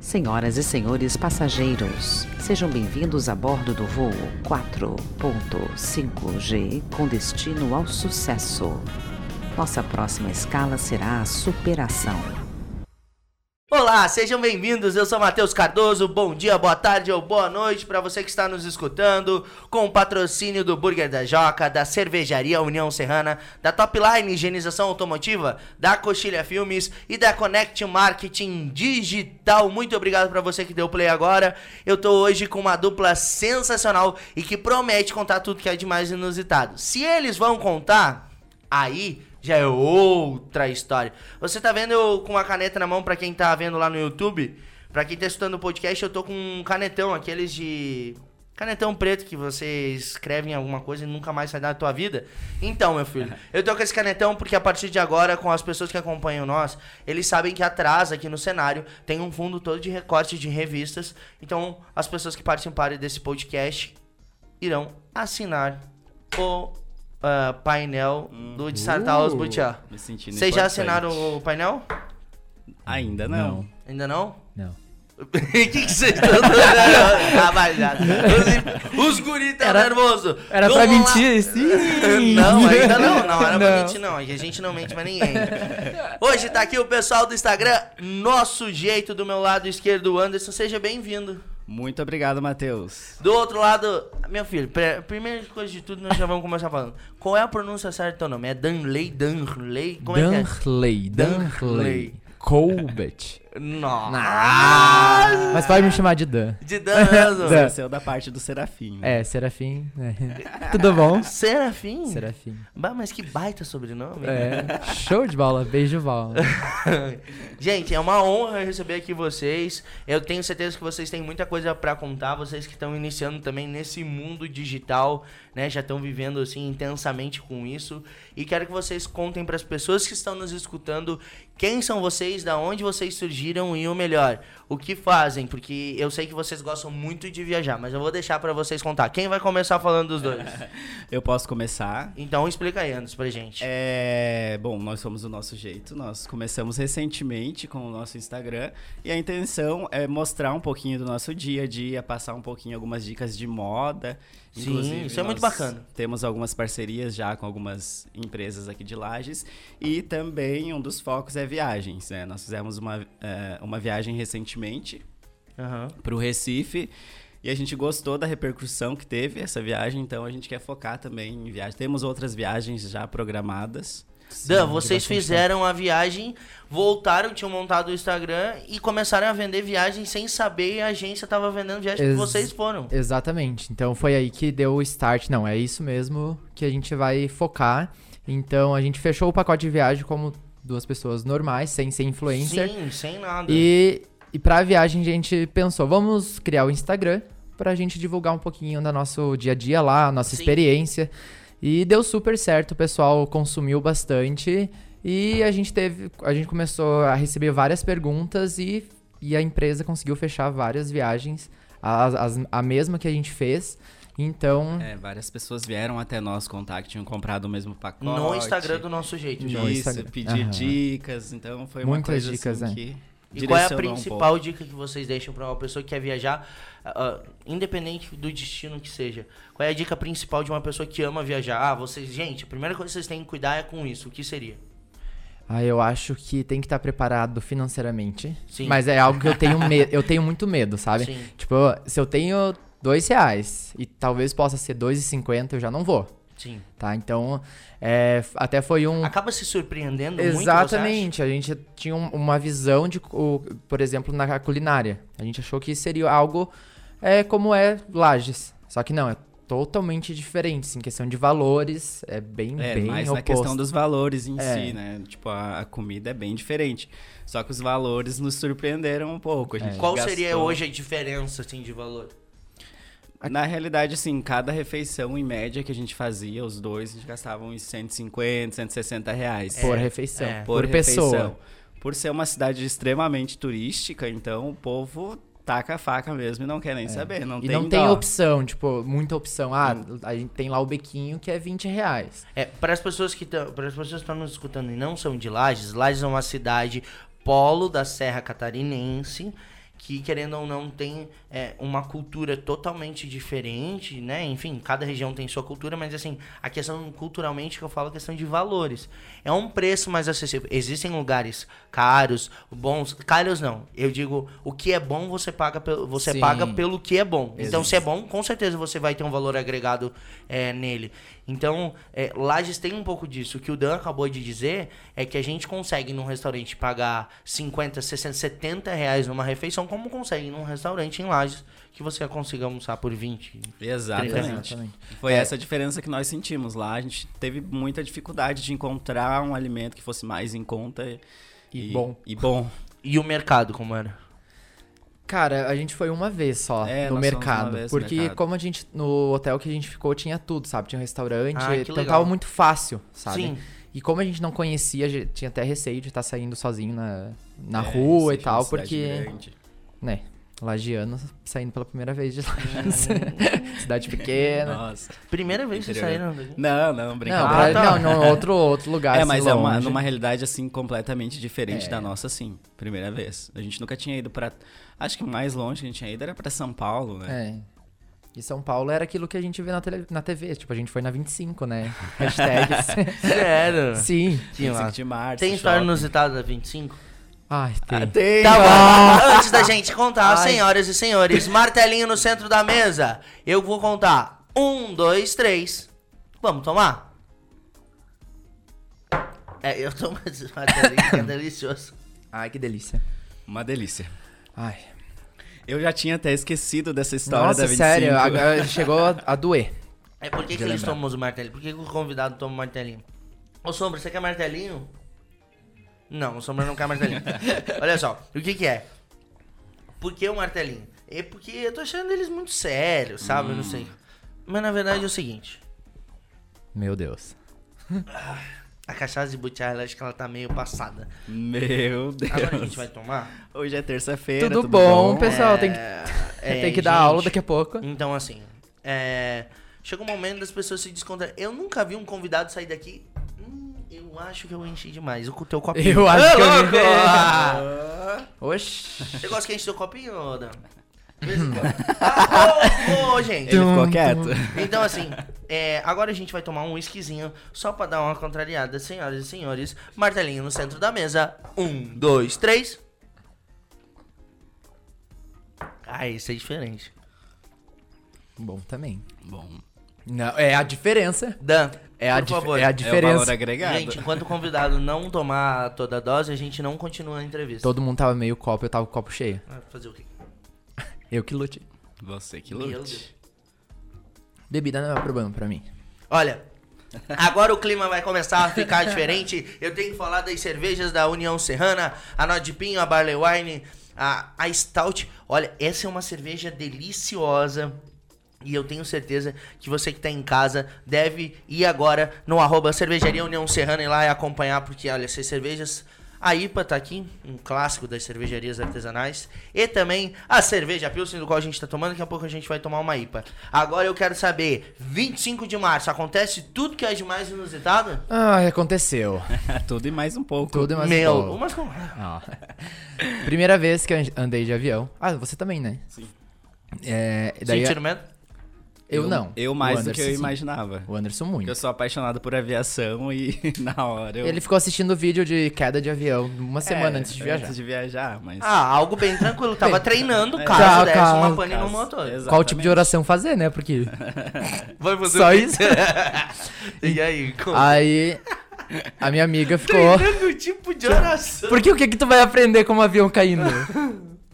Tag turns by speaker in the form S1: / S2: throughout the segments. S1: Senhoras e senhores passageiros, sejam bem-vindos a bordo do voo 4.5G com destino ao sucesso. Nossa próxima escala será a superação.
S2: Olá, sejam bem-vindos. Eu sou Matheus Cardoso. Bom dia, boa tarde ou boa noite para você que está nos escutando com o patrocínio do Burger da Joca, da Cervejaria União Serrana, da Top Line Higienização Automotiva, da Coxilha Filmes e da Connect Marketing Digital. Muito obrigado para você que deu play agora. Eu tô hoje com uma dupla sensacional e que promete contar tudo que é de mais inusitado. Se eles vão contar, aí já é outra história. Você tá vendo eu com a caneta na mão pra quem tá vendo lá no YouTube? Pra quem tá escutando o podcast, eu tô com um canetão, aqueles de canetão preto que você escreve em alguma coisa e nunca mais sai da tua vida. Então, meu filho, eu tô com esse canetão porque a partir de agora, com as pessoas que acompanham nós, eles sabem que atrás, aqui no cenário, tem um fundo todo de recorte de revistas. Então, as pessoas que participarem desse podcast irão assinar o ah, painel do Desartar
S3: Uh.
S2: os Butiá.
S4: Me sentindo
S2: Vocês já
S4: importante.
S2: assinaram o painel?
S4: Ainda não.
S2: Ainda não?
S3: Não.
S2: O que que vocês estão dando? Rapaziada. Os, os guris tão nervoso.
S3: Era
S2: Vamos lá.
S3: pra mentir, sim.
S2: Não, ainda não, não era pra mentir não, a gente não mente pra ninguém. Hoje tá aqui o pessoal do Instagram, nosso jeito, do meu lado esquerdo, o Anderson, seja bem-vindo.
S4: Muito obrigado, Matheus.
S2: Do outro lado, meu filho, pre- primeira coisa de tudo, nós já vamos começar falando. Qual é a pronúncia certa do teu nome? É Danley, Danley? Como é que
S3: Danley,
S2: Danley.
S3: Danley. Colbert.
S2: é? Nossa!
S3: Ah, Mas pode me chamar de Dan.
S2: De Dan mesmo.
S3: Dan. É.
S4: Você é o da parte do Serafim.
S3: É, Serafim. é. Tudo bom?
S2: Serafim?
S3: Serafim.
S2: Bah, mas que baita sobrenome. né?
S3: É. Show de bola, beijo bola.
S2: Gente, é uma honra receber aqui vocês. Eu tenho certeza que vocês têm muita coisa pra contar, vocês que estão iniciando também nesse mundo digital, né? Já estão vivendo assim intensamente com isso. E quero que vocês contem pras pessoas que estão nos escutando quem são vocês, da onde vocês surgiram e o melhor, o que fazem, porque eu sei que vocês gostam muito de viajar, mas eu vou deixar pra vocês contar. Quem vai começar falando dos dois?
S4: Eu posso começar?
S2: Então explica aí, Anderson, pra gente.
S4: É, bom, nós somos do nosso jeito. Nós começamos recentemente com o nosso Instagram e a intenção é mostrar um pouquinho do nosso dia a dia, passar um pouquinho algumas dicas de moda.
S2: Sim,
S4: Inclusive,
S2: isso é muito
S4: nós
S2: bacana.
S4: Temos algumas parcerias já com algumas empresas aqui de Lages e também um dos focos é viagens. Né? Nós fizemos uma, eh, uma viagem recentemente
S2: Aham.
S4: pro Recife. E a gente gostou da repercussão que teve essa viagem, então a gente quer focar também em viagem. Temos outras viagens já programadas.
S2: Dan, vocês fizeram a viagem, voltaram, tinham montado o Instagram e começaram a vender viagem sem saber e a agência tava vendendo viagem que
S3: Ex-
S2: vocês foram.
S3: Exatamente. Então foi aí que deu o start. Não, é isso mesmo que a gente vai focar. Então a gente fechou o pacote de viagem como duas pessoas normais, sem ser influencer.
S2: Sim, sem nada.
S3: E, e pra viagem a gente pensou, vamos criar o Instagram pra gente divulgar um pouquinho do nosso dia a dia lá, a nossa
S2: Sim.
S3: experiência. E deu super certo, o pessoal consumiu bastante. E a gente teve. A gente começou a receber várias perguntas e, e a empresa conseguiu fechar várias viagens. as- as- a mesma que a gente fez. Então.
S2: Uhum.
S4: É, várias pessoas vieram até nós contar que tinham comprado o mesmo pacote.
S2: No Instagram do nosso jeito.
S3: No
S4: Isso,
S3: Instagram.
S4: pedir
S3: Aham.
S4: dicas, então foi uma
S3: Muitas
S4: coisa
S3: dicas,
S4: assim
S3: é.
S4: que
S2: E qual é a
S4: direcionou um
S2: principal dica que vocês deixam pra uma pessoa que quer viajar, ah, ah, independente do destino que seja? Qual é a dica principal de uma pessoa que ama viajar? Ah, vocês, gente, a primeira coisa que vocês têm que cuidar é com isso. O que seria?
S3: Ah, eu acho que tem que estar preparado financeiramente.
S2: Sim.
S3: Mas é algo que eu tenho medo. Eu tenho muito medo, sabe?
S2: Sim.
S3: Tipo, se eu tenho dois reais e talvez possa ser $2,50, eu já não vou.
S2: Sim.
S3: Tá? Então, é, f- até foi um.
S2: Acaba se surpreendendo muito, você acha?
S3: Exatamente, a gente tinha um- uma visão de, co- por exemplo, na culinária. A gente achou que seria algo é, como é Lages. Só que não, é totalmente diferente. assim, Em questão de valores, é bem,
S4: É,
S3: bem
S4: mas
S3: oposto.
S4: na questão dos valores em
S3: É.
S4: si, né? Tipo, a, a comida é bem diferente. Só que os valores nos surpreenderam um pouco. A
S3: É.
S4: gente
S2: Qual seria
S4: gastou-
S2: hoje a diferença, assim, de valor?
S4: Na realidade, assim, cada refeição em média que a gente fazia, os dois, a gente gastava uns 150, 160 reais.
S3: Por refeição,
S2: é.
S3: por,
S4: refeição.
S3: pessoa.
S4: Por ser uma cidade extremamente turística, então o povo taca a faca mesmo e não quer nem saber. Não
S3: É. e
S4: tem
S3: não tem
S4: dó. Hum.
S3: opção, tipo, muita opção. Ah, a gente tem lá o bequinho que é 20 reais.
S2: É, para as pessoas que estão, para as pessoas que estão nos escutando e não são de Lages, Lages é uma cidade polo da Serra Catarinense que, querendo ou não, tem é, uma cultura totalmente diferente, né? Enfim, cada região tem sua cultura, mas assim, a questão culturalmente que eu falo é a questão de valores. É um preço mais acessível. Existem lugares caros, bons. Caros não. Eu digo, o que é bom você paga pelo, você
S3: Sim.
S2: paga pelo que é bom. Então,
S4: Existe.
S2: se é bom, com certeza você vai ter um valor agregado é, nele. Então, é, Lages tem um pouco disso. O que o Dan acabou de dizer é que a gente consegue num restaurante pagar 50, 60, 70 reais numa refeição, como consegue num restaurante em Lages que você consiga almoçar por 20.
S4: Exatamente.
S3: Exatamente. É.
S4: Foi essa a diferença que nós sentimos lá. A gente teve muita dificuldade de encontrar um alimento que fosse mais em conta e,
S3: E bom.
S4: E bom.
S2: E o mercado, como era?
S3: Cara, a gente foi uma vez só
S4: É,
S3: no
S4: nós fomos
S3: mercado.
S4: uma vez no
S3: porque
S4: mercado.
S3: como a gente. No hotel que a gente ficou tinha tudo, sabe? Tinha um restaurante.
S2: Ah, que
S3: então
S2: legal.
S3: tava muito fácil, sabe?
S2: Sim.
S3: E como a gente não conhecia, a gente tinha até receio de estar saindo sozinho na, na
S4: É,
S3: rua e
S4: isso, é
S3: tal,
S4: uma cidade
S3: porque.
S4: grande.
S3: Né? Lagiano saindo pela primeira vez de Lages. Cidade pequena.
S4: Nossa.
S2: Primeira vez que
S4: Interior.
S2: saíram daqui.
S4: Não, não,
S3: É, né? Não,
S4: brincadeira.
S2: Ah,
S3: pra-
S2: tá.
S3: não, não, outro, outro lugar.
S4: É,
S3: assim,
S4: mas é uma,
S3: longe. É.
S4: numa realidade, assim, completamente diferente da nossa, assim. Primeira vez. A gente nunca tinha ido pra. Acho que o mais longe que a gente tinha ido era pra São Paulo, né?
S3: É. E São Paulo era aquilo que a gente vê na, tele, na TV. Tipo, a gente foi na 25, né? Hashtags.
S2: Sério?
S3: Sim.
S2: Sim, lá.
S4: 25 de março.
S2: Tem história
S4: shopping.
S2: inusitada da 25?
S3: Ai, tem.
S4: Ah, tem!
S2: Tá
S4: mano.
S2: bom. Antes da gente contar,
S3: Ai.
S2: senhoras e senhores, martelinho no centro da mesa. Eu vou contar. Um, dois, três. Vamos tomar? É, eu tomo esse martelinho que é delicioso.
S3: Ai, que delícia.
S4: Uma delícia.
S3: Ai.
S4: Eu já tinha até esquecido dessa história
S3: Nossa,
S4: da 25.
S3: sério, agora chegou a, a doer.
S2: É por que, que eles tomam os martelinhos? Por que, que o convidado toma o martelinho? Ô Sombra, você quer martelinho? Não, o Sombra não quer martelinho. Olha só, o que que é? Por que o martelinho? É porque eu tô achando eles muito sérios, sabe? Eu não sei. Mas na verdade é o seguinte.
S3: Meu Deus.
S2: A cachaça de butiá, acho que ela tá meio passada.
S4: Meu Deus.
S2: Agora a gente vai tomar.
S4: Hoje é terça-feira.
S3: Tudo, bom,
S4: pessoal?
S3: pessoal? Tem que,
S2: É,
S3: tem que dar
S2: gente,
S3: aula daqui a pouco.
S2: Então, assim, é, chega um momento das pessoas se descontarem. Eu nunca vi um convidado sair daqui. Hum, eu acho que eu enchi demais. O teu copinho.
S3: Eu acho
S2: Ô,
S3: que eu me-
S2: louco! Ah,
S3: Oxi.
S2: Você gosta que enche teu copinho, ô, Dan? De vez em quando. Ah, ô, ô, gente.
S4: É. Ele ficou quieto.
S2: Então, assim, é, agora a gente vai tomar um whiskyzinho só pra dar uma contrariada, senhoras e senhores. Martelinho no centro da mesa. Um, dois, três. Ah, isso é diferente.
S3: Bom também.
S4: Bom.
S3: Não, é a diferença.
S2: Dan,
S3: É a,
S2: por
S3: dif-
S2: favor.
S3: é a
S4: É o valor
S3: diferença.
S4: agregado.
S2: Gente, enquanto o convidado não tomar toda a dose, a gente não continua a entrevista.
S3: Todo mundo tava meio copo, eu tava com o copo cheio.
S2: Ah, Fazer o quê?
S3: Eu que lute.
S4: Você que
S2: Meu
S4: lute.
S2: Deus.
S3: Bebida não é problema pra mim.
S2: Olha, agora o clima vai começar a ficar diferente. Eu tenho que falar das cervejas da União Serrana, a Nó de Pinho, a Barley Wine, a, a Stout. Olha, essa é uma cerveja deliciosa. E eu tenho certeza que você que tá em casa deve ir agora no arroba Cervejaria União Serrana e lá e acompanhar, porque olha, essas cervejas. A IPA tá aqui, um clássico das cervejarias artesanais. E também a cerveja Pilsen, do qual a gente tá tomando. Daqui a pouco a gente vai tomar uma IPA. Agora eu quero saber, 25 de março, acontece tudo que é de mais inusitado?
S3: Ai, aconteceu.
S4: Tudo e mais um pouco.
S3: Tudo é mais
S2: Meu,
S3: bom.
S2: mas como?
S3: Ó. Primeira vez que eu andei de avião. Ah, você também, né? Sim. daí é
S2: Sentiram medo?
S3: eu não.
S4: Eu mais
S3: O
S4: do que eu
S3: Anderson, sim.
S4: imaginava.
S3: O Anderson
S4: Porque
S3: muito.
S4: eu sou apaixonado por aviação e na hora eu...
S3: Ele ficou assistindo vídeo de queda de avião uma semana
S4: É,
S3: antes de viajar.
S4: Antes de viajar, mas...
S2: Ah, algo bem tranquilo. Tava treinando,
S4: É.
S2: caso
S3: Tá,
S2: desse uma
S3: calma,
S2: pane no
S4: caso.
S2: motor.
S4: Exato.
S3: Qual tipo
S4: exatamente.
S3: de oração fazer, né? Porque
S2: Vai fazer
S3: só
S2: o quê?
S3: isso. Ah,
S2: E aí? Como?
S3: Aí a minha amiga ficou.
S2: Treinando o tipo de oração.
S3: Porque o que que tu vai aprender com um avião caindo?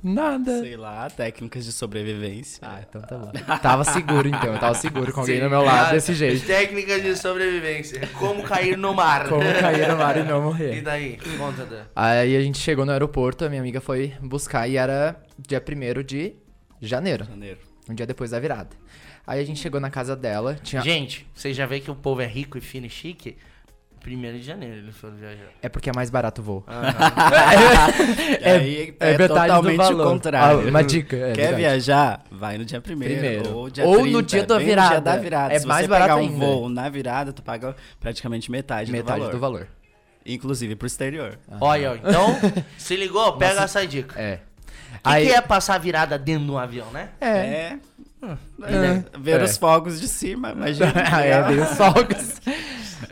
S3: Nada.
S4: Sei lá, técnicas de sobrevivência.
S3: Ah, então tá bom. Tava seguro então, eu tava seguro com alguém
S2: Sim, Ah, tá.
S3: do meu lado
S2: cara,
S3: desse jeito.
S2: Técnicas de sobrevivência. Como cair no mar.
S3: Como cair no mar e não morrer.
S2: E daí? Conta, Dan.
S3: Aí a gente chegou no aeroporto, a minha amiga foi buscar e era dia 1 de janeiro,
S4: Janeiro.
S3: um dia depois da virada. Aí a gente chegou na casa dela, tinha...
S2: Gente, você já vê que o povo é rico e fino e chique? Primeiro de janeiro eles foram viajar.
S3: é porque é mais barato o voo.
S4: É, aí, é,
S3: metade do
S4: totalmente
S3: valor.
S4: o contrário.
S3: Ah, uma dica, é
S4: Quer
S3: verdade.
S4: viajar? Vai no dia primeiro.
S3: Primeiro.
S4: Ou, dia
S3: Ou no
S4: 30,
S3: dia da
S4: bem no
S3: virada.
S4: Dia da virada.
S3: É
S4: Se
S3: mais
S4: você pegar
S3: barato
S4: um
S3: ainda.
S4: voo na virada, tu paga praticamente metade,
S3: Metade
S4: do valor.
S3: do valor. Ah.
S4: Inclusive pro exterior.
S2: Olha, ó, então, se ligou, pega essa dica.
S3: É.
S2: O que, que é passar a virada dentro de um avião, né?
S3: É.
S4: É. É, Ver
S3: É.
S4: os fogos de cima, imagina.
S3: Ah, é, veio os fogos.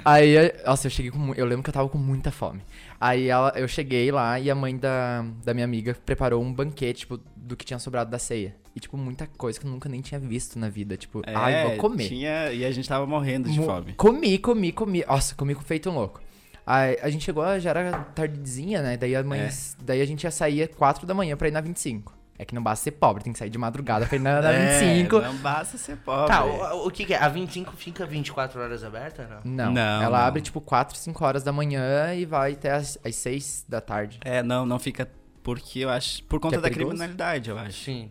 S3: Aí, eu- nossa, eu cheguei com. mu- Eu lembro que eu tava com muita fome. Aí ela, eu cheguei lá e a mãe da, da minha amiga preparou um banquete, tipo, do que tinha sobrado da ceia. E, tipo, muita coisa que eu nunca nem tinha visto na vida. Tipo,
S4: É,
S3: ai, vou comer.
S4: tinha- e a gente tava morrendo de
S3: Mo-
S4: fome.
S3: Comi, comi, comi. Nossa, comi com feito um louco. Aí, a gente chegou, já era tardezinha, né? Daí a, mãe,
S4: É.
S3: daí a gente ia sair às 4 da manhã pra ir na 25. É que não basta ser pobre, tem que sair de madrugada pra ir na, na
S4: É,
S3: 25.
S4: Não basta ser pobre.
S2: Tá, o, o que, que é? A 25 fica 24 horas aberta ou não?
S3: Não,
S4: Não,
S3: ela
S4: não.
S3: abre tipo 4, 5 horas da manhã e vai até as, as 6 da tarde.
S4: É, não, não fica. Porque eu acho. Por conta
S3: Que é
S4: da
S3: perigoso?
S4: criminalidade, eu acho.
S2: Sim.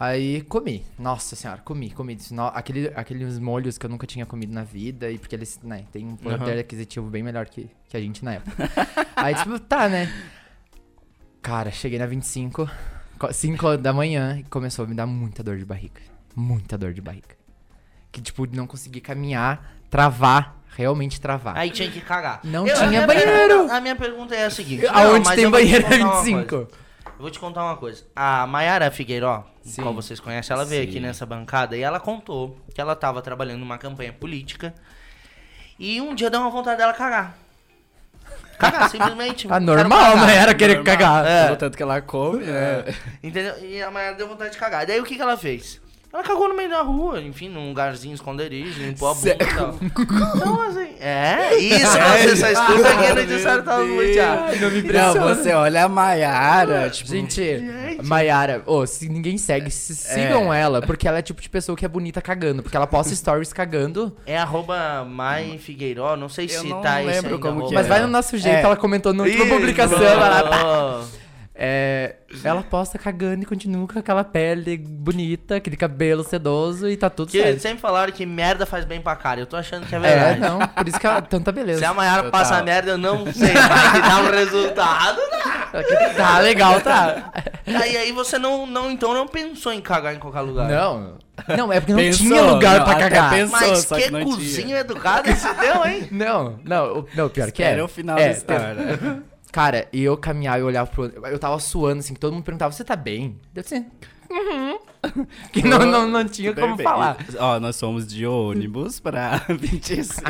S3: Aí comi, nossa senhora, comi, comi. Disse, "No- aquele, aqueles molhos que eu nunca tinha comido na vida, e porque eles, né, tem um poder
S2: Aham.
S3: aquisitivo bem melhor que, que a gente na época. Aí tipo, tá, né? Cara, cheguei na 25, 5 da manhã, e começou a me dar muita dor de barriga. Muita dor de barriga. Que tipo, não consegui caminhar, travar, realmente travar.
S2: Aí tinha que cagar.
S3: Não
S2: a
S3: tinha
S2: minha
S3: banheiro.
S2: pergunta- a minha pergunta é a seguinte. não,
S3: Aonde
S2: mas
S3: tem
S2: eu vou te
S3: banheiro é
S2: contar uma
S3: na
S2: coisa.
S3: 25?
S2: Eu vou te contar uma coisa. A Mayara Figueiró,
S3: Sim.
S2: qual vocês conhecem, ela veio aqui
S4: Sim.
S2: nessa bancada e ela contou que ela tava trabalhando numa campanha política e um dia deu uma vontade dela cagar. Cagar, simplesmente.
S3: Ah,
S2: quero
S3: normal,
S2: cagar.
S3: né? Era querer
S4: Normal.
S3: cagar.
S2: É.
S3: Pelo tanto que ela come, né?
S2: Entendeu? E a Mayara deu vontade de cagar. Daí o que, que ela fez? Ela cagou no meio da rua, enfim, num lugarzinho esconderijo, limpou a bunda e tal. Então, assim, é, isso, você só escuta aqui no Dicionário Tava Mundial.
S4: Não me
S3: impressiona. Ah,
S4: você olha a Maiara, tipo. É.
S3: Gente, Mayara, ô, se ninguém segue, se- sigam ela, porque ela é tipo de pessoa que é bonita cagando, porque ela posta stories cagando,
S2: É arroba Mai Figueiró, não sei
S4: Eu
S2: se
S4: não
S2: tá esse
S4: lembro
S2: ainda,
S4: como que
S2: arroba.
S3: mas vai no nosso jeito,
S4: É.
S3: ela comentou na última
S2: Ih,
S3: publicação,
S2: não.
S3: ela, é, ela posta cagando e continua com aquela pele bonita, aquele cabelo sedoso e tá tudo
S2: Que
S3: certo.
S2: sempre falaram que merda faz bem pra cara. Eu tô achando que é
S3: É,
S2: verdade.
S3: não, por isso que ela tanta beleza.
S2: Se
S4: é
S2: a Mayara passa
S4: Total.
S2: merda, eu não sei. Mas se dá um resultado, dá.
S3: Tá legal, tá.
S2: Aí, aí você não, não, então não pensou em cagar em qualquer lugar.
S3: Não, não, é porque não
S4: Pensou,
S3: tinha lugar
S4: não,
S3: pra
S4: até
S3: cagar.
S4: pensou.
S2: Mas
S4: só
S2: que,
S4: que não tinha.
S2: cozinho educado esse deu, hein?
S3: Não, não, o- não, pior que é.
S4: Era o final
S3: é,
S4: da história.
S3: Cara, e eu caminhava e olhava pro outro. Eu tava suando, assim, que todo mundo perguntava, você tá bem? Deu assim. Uhum. que não, não, não tinha como
S4: Perfeito.
S3: falar.
S4: Ó, nós fomos de ônibus pra 25.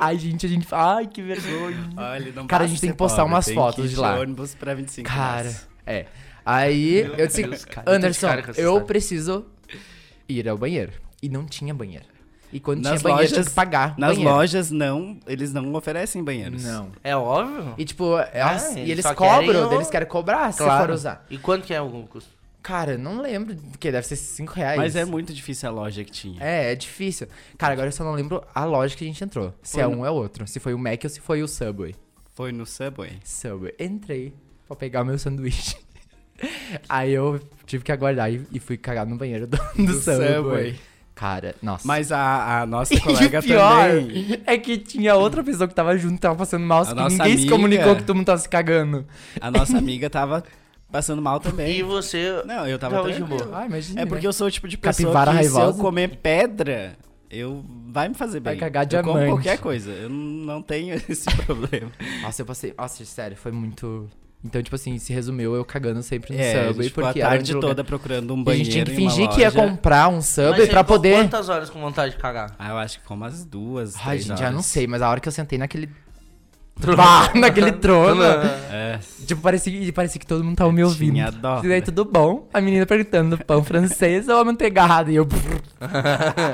S3: Ai, gente, a gente fala. Ai, que vergonha.
S4: Olha, não
S3: Cara, a
S4: basta
S3: gente tem que
S4: ser
S3: postar umas
S4: tem
S3: fotos
S4: que ir
S3: de lá.
S4: ônibus pra 25
S3: Cara,
S4: reais.
S3: é. Aí eu disse,
S2: Deus, cara, eu tô de
S3: Anderson,
S2: cara com essa
S3: eu
S2: história."
S3: preciso ir ao banheiro. E não tinha banheiro. E quando
S4: Nas
S3: tinha banheiro,
S4: lojas-
S3: tinha que pagar.
S4: Nas
S3: banheiro.
S4: lojas, não, eles não oferecem banheiros.
S3: Não.
S2: É óbvio.
S3: E tipo, é
S2: Ah,
S3: assim,
S2: eles
S3: e eles
S2: só
S3: cobram,
S2: querem o-
S3: daí eles querem cobrar se for usar.
S2: E quanto que é o custo?
S3: Cara, não lembro, porque deve ser 5 reais.
S4: Mas é muito difícil a loja que tinha.
S3: É, é difícil. Cara, agora eu só não lembro a loja que a gente entrou. Se é
S4: Foi no-
S3: um é outro. Se foi o Mac ou se foi o Subway.
S4: Foi no Subway.
S3: Subway. Entrei pra pegar o meu sanduíche. Aí eu tive que aguardar e, e fui cagar no banheiro do, do
S4: Do
S3: Subway.
S4: Subway.
S3: Cara, nossa.
S4: Mas a, a nossa
S3: E
S4: colega
S3: o pior
S4: também.
S3: é que tinha outra pessoa que tava junto, tava passando mal,
S4: A
S3: que
S4: nossa
S3: ninguém se
S4: amiga.
S3: comunicou que todo mundo tava se cagando.
S4: A nossa amiga tava passando mal também.
S2: E você.
S4: Não, eu tava
S2: Tava de
S4: tranquilo.
S2: boa.
S3: Ah, imagina.
S4: É porque
S3: né?
S4: eu sou o tipo de pessoa
S3: Capivara
S4: que se
S3: raivosa.
S4: eu comer pedra, eu vai me fazer bem.
S3: Vai cagar
S4: eu como
S3: diamante.
S4: qualquer coisa. Eu não tenho esse problema.
S3: Nossa, eu passei. Nossa, sério, foi muito. Então, tipo assim, se resumiu eu cagando sempre no
S4: É, a
S3: Subway,
S4: gente ficou
S3: porque
S4: a
S3: era
S4: tarde
S3: um lugar-
S4: toda procurando um
S3: E a
S4: banheiro
S3: gente tinha que
S4: em uma
S3: fingir que ia
S4: loja.
S3: comprar um
S2: Mas
S3: sub
S2: você
S3: pra
S2: ficou
S3: poder.
S2: Quantas horas com vontade de cagar?
S4: Ah, eu acho que como umas duas,
S3: Ai,
S4: três
S3: gente, já não
S4: horas.
S3: sei, mas a hora que eu sentei naquele. Bah, naquele trono.
S4: É,
S3: tipo, parecia, parecia que todo mundo tava me
S4: Eu
S3: ouvindo.
S4: tinha dó,
S3: e
S4: né?
S3: daí, tudo bom? A menina perguntando pão francês ou amanteigada. E eu.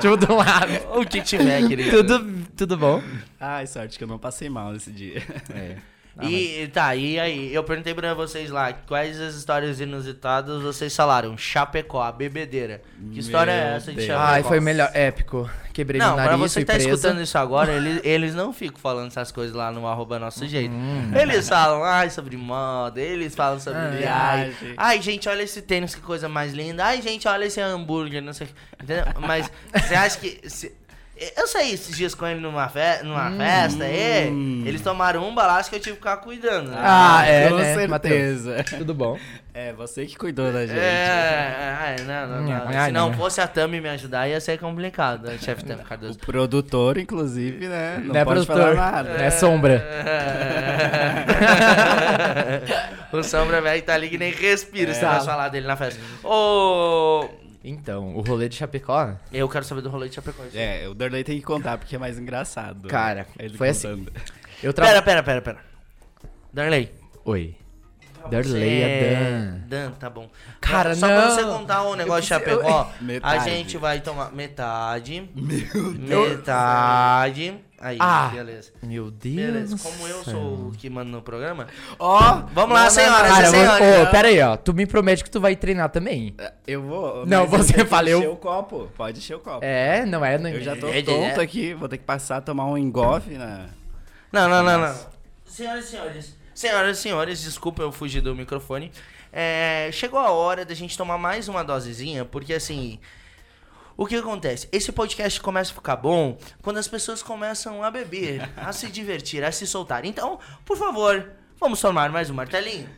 S3: tipo, do lado.
S2: O que tiver, querido.
S3: Tudo, tudo bom?
S4: Ai, sorte que eu não passei mal nesse dia. É. Ah,
S2: E tá, e aí? Eu perguntei pra vocês lá quais as histórias inusitadas vocês falaram. Chapecó, a bebedeira. Que história é
S4: Meu
S2: essa de
S4: Deus.
S2: Chapecó?
S3: Ai, foi o melhor. Épico. Quebrei
S2: Não,
S3: meu
S2: pra
S3: nariz,
S2: você
S3: fui
S2: que tá
S3: presa.
S2: escutando isso agora, ele- eles, não ficam falando essas coisas lá no arroba nosso jeito. Eles falam, ai, sobre moda, eles falam sobre
S3: Ah,
S2: viagem.
S4: viagem.
S2: Ai, gente, olha esse tênis, que coisa mais linda. Ai, gente, olha esse hambúrguer, não sei o que. Entendeu? Mas você acha que. se- Eu saí esses dias com ele numa, fe- numa festa, e eles tomaram um balaço que eu tive que ficar cuidando. né?
S3: Ah, é,
S4: Com
S3: né,
S4: certeza.
S3: Tudo bom?
S4: É, você que cuidou da gente.
S2: É, é, não, não, não.
S3: Ai,
S2: Se não
S3: né?
S2: fosse a Tami me ajudar, ia ser complicado, né, chefe Tami
S4: O
S2: Cardoso.
S4: produtor, inclusive, né? Não
S3: né,
S4: pode
S3: produtor?
S4: falar nada.
S3: É sombra.
S2: o Sombra velho tá ali que nem respira se
S3: É.
S2: nós falar dele na festa. Ô,
S3: Então, o rolê de Chapecó,
S2: eu quero saber do rolê de Chapecó. gente.
S4: É, o Derley tem que contar porque é mais engraçado.
S3: Cara,
S4: Ele
S3: foi assim.
S4: contando.
S3: eu trabalho.
S2: Pera, pera, pera, pera. Darley.
S3: Oi. Darley é Dan.
S2: Dan, tá bom.
S3: Cara,
S2: Só pra
S3: não.
S2: você contar um negócio de
S3: Eu preciso-
S2: Chapecó, a
S4: Metade.
S2: gente vai tomar metade,
S4: Meu Deus.
S2: metade. Aí,
S3: Ah.
S2: beleza.
S3: Meu Deus.
S2: Beleza,
S3: do
S2: como eu
S3: céu.
S2: sou o que manda no programa,
S4: Ó,
S2: vamos lá,
S4: não, não,
S2: senhoras
S4: não,
S2: e
S3: Cara,
S2: senhores.
S3: ô,
S4: não.
S3: pera aí, ó. Tu me promete que tu vai treinar também.
S4: é, Eu vou.
S3: Não,
S4: mas eu
S3: você
S4: tenho que
S3: valeu.
S4: Encher o copo. Pode encher o copo.
S3: É, não é? Não...
S4: Eu já tô
S2: É, é,
S4: tonto
S2: é.
S4: aqui, vou ter que passar a tomar um engolfe na.
S2: Não, não, não, não. Senhoras e senhores, senhoras e senhores, desculpa eu fugir do microfone. É, chegou a hora da gente tomar mais uma dosezinha, porque assim. O que acontece? Esse podcast começa a ficar bom quando as pessoas começam a beber, a se divertir, a se soltar. Então, por favor, vamos tomar mais um martelinho.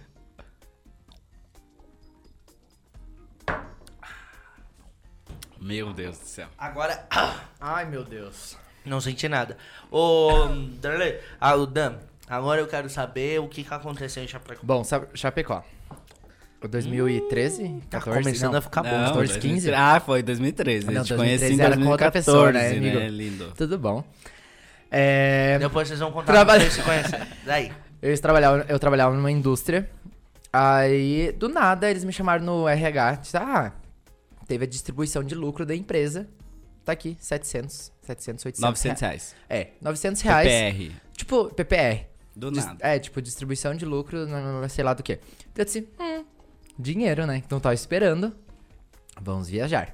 S4: Meu Deus do céu.
S2: Agora.
S3: Ai, meu Deus.
S2: Não senti nada. Ô. Darley, ah, o Dan, agora eu quero saber o que, que aconteceu em Chapecó.
S3: Bom, sabe, Chapecó. 2013? 14?
S2: Tá começando
S3: não.
S2: a ficar bom.
S4: Não,
S3: 14,
S4: 2013.
S3: 15?
S4: Ah, foi 2013.
S3: Não,
S4: eu te conheci
S3: 2013
S4: em
S3: era com outra
S4: 2014,
S3: pessoa, né,
S4: né,
S3: amigo?
S4: lindo.
S3: Tudo bom. É,
S2: Depois vocês vão contar
S3: Trabalho-
S2: pra vocês se conhecerem. Daí.
S3: eu, trabalhava, eu trabalhava numa indústria. Aí, do nada, eles me chamaram no RH. Disse, ah, teve a distribuição de lucro da empresa. Tá aqui, 700, 700, 800.
S4: 900 reais.
S3: É, 900 reais.
S4: PR.
S3: Tipo, PPR.
S4: Do
S3: Dis-
S4: nada.
S3: É, tipo, distribuição de lucro, não- não- sei lá do que. Eu disse, hum, dinheiro, né? Então tava esperando. Vamos viajar.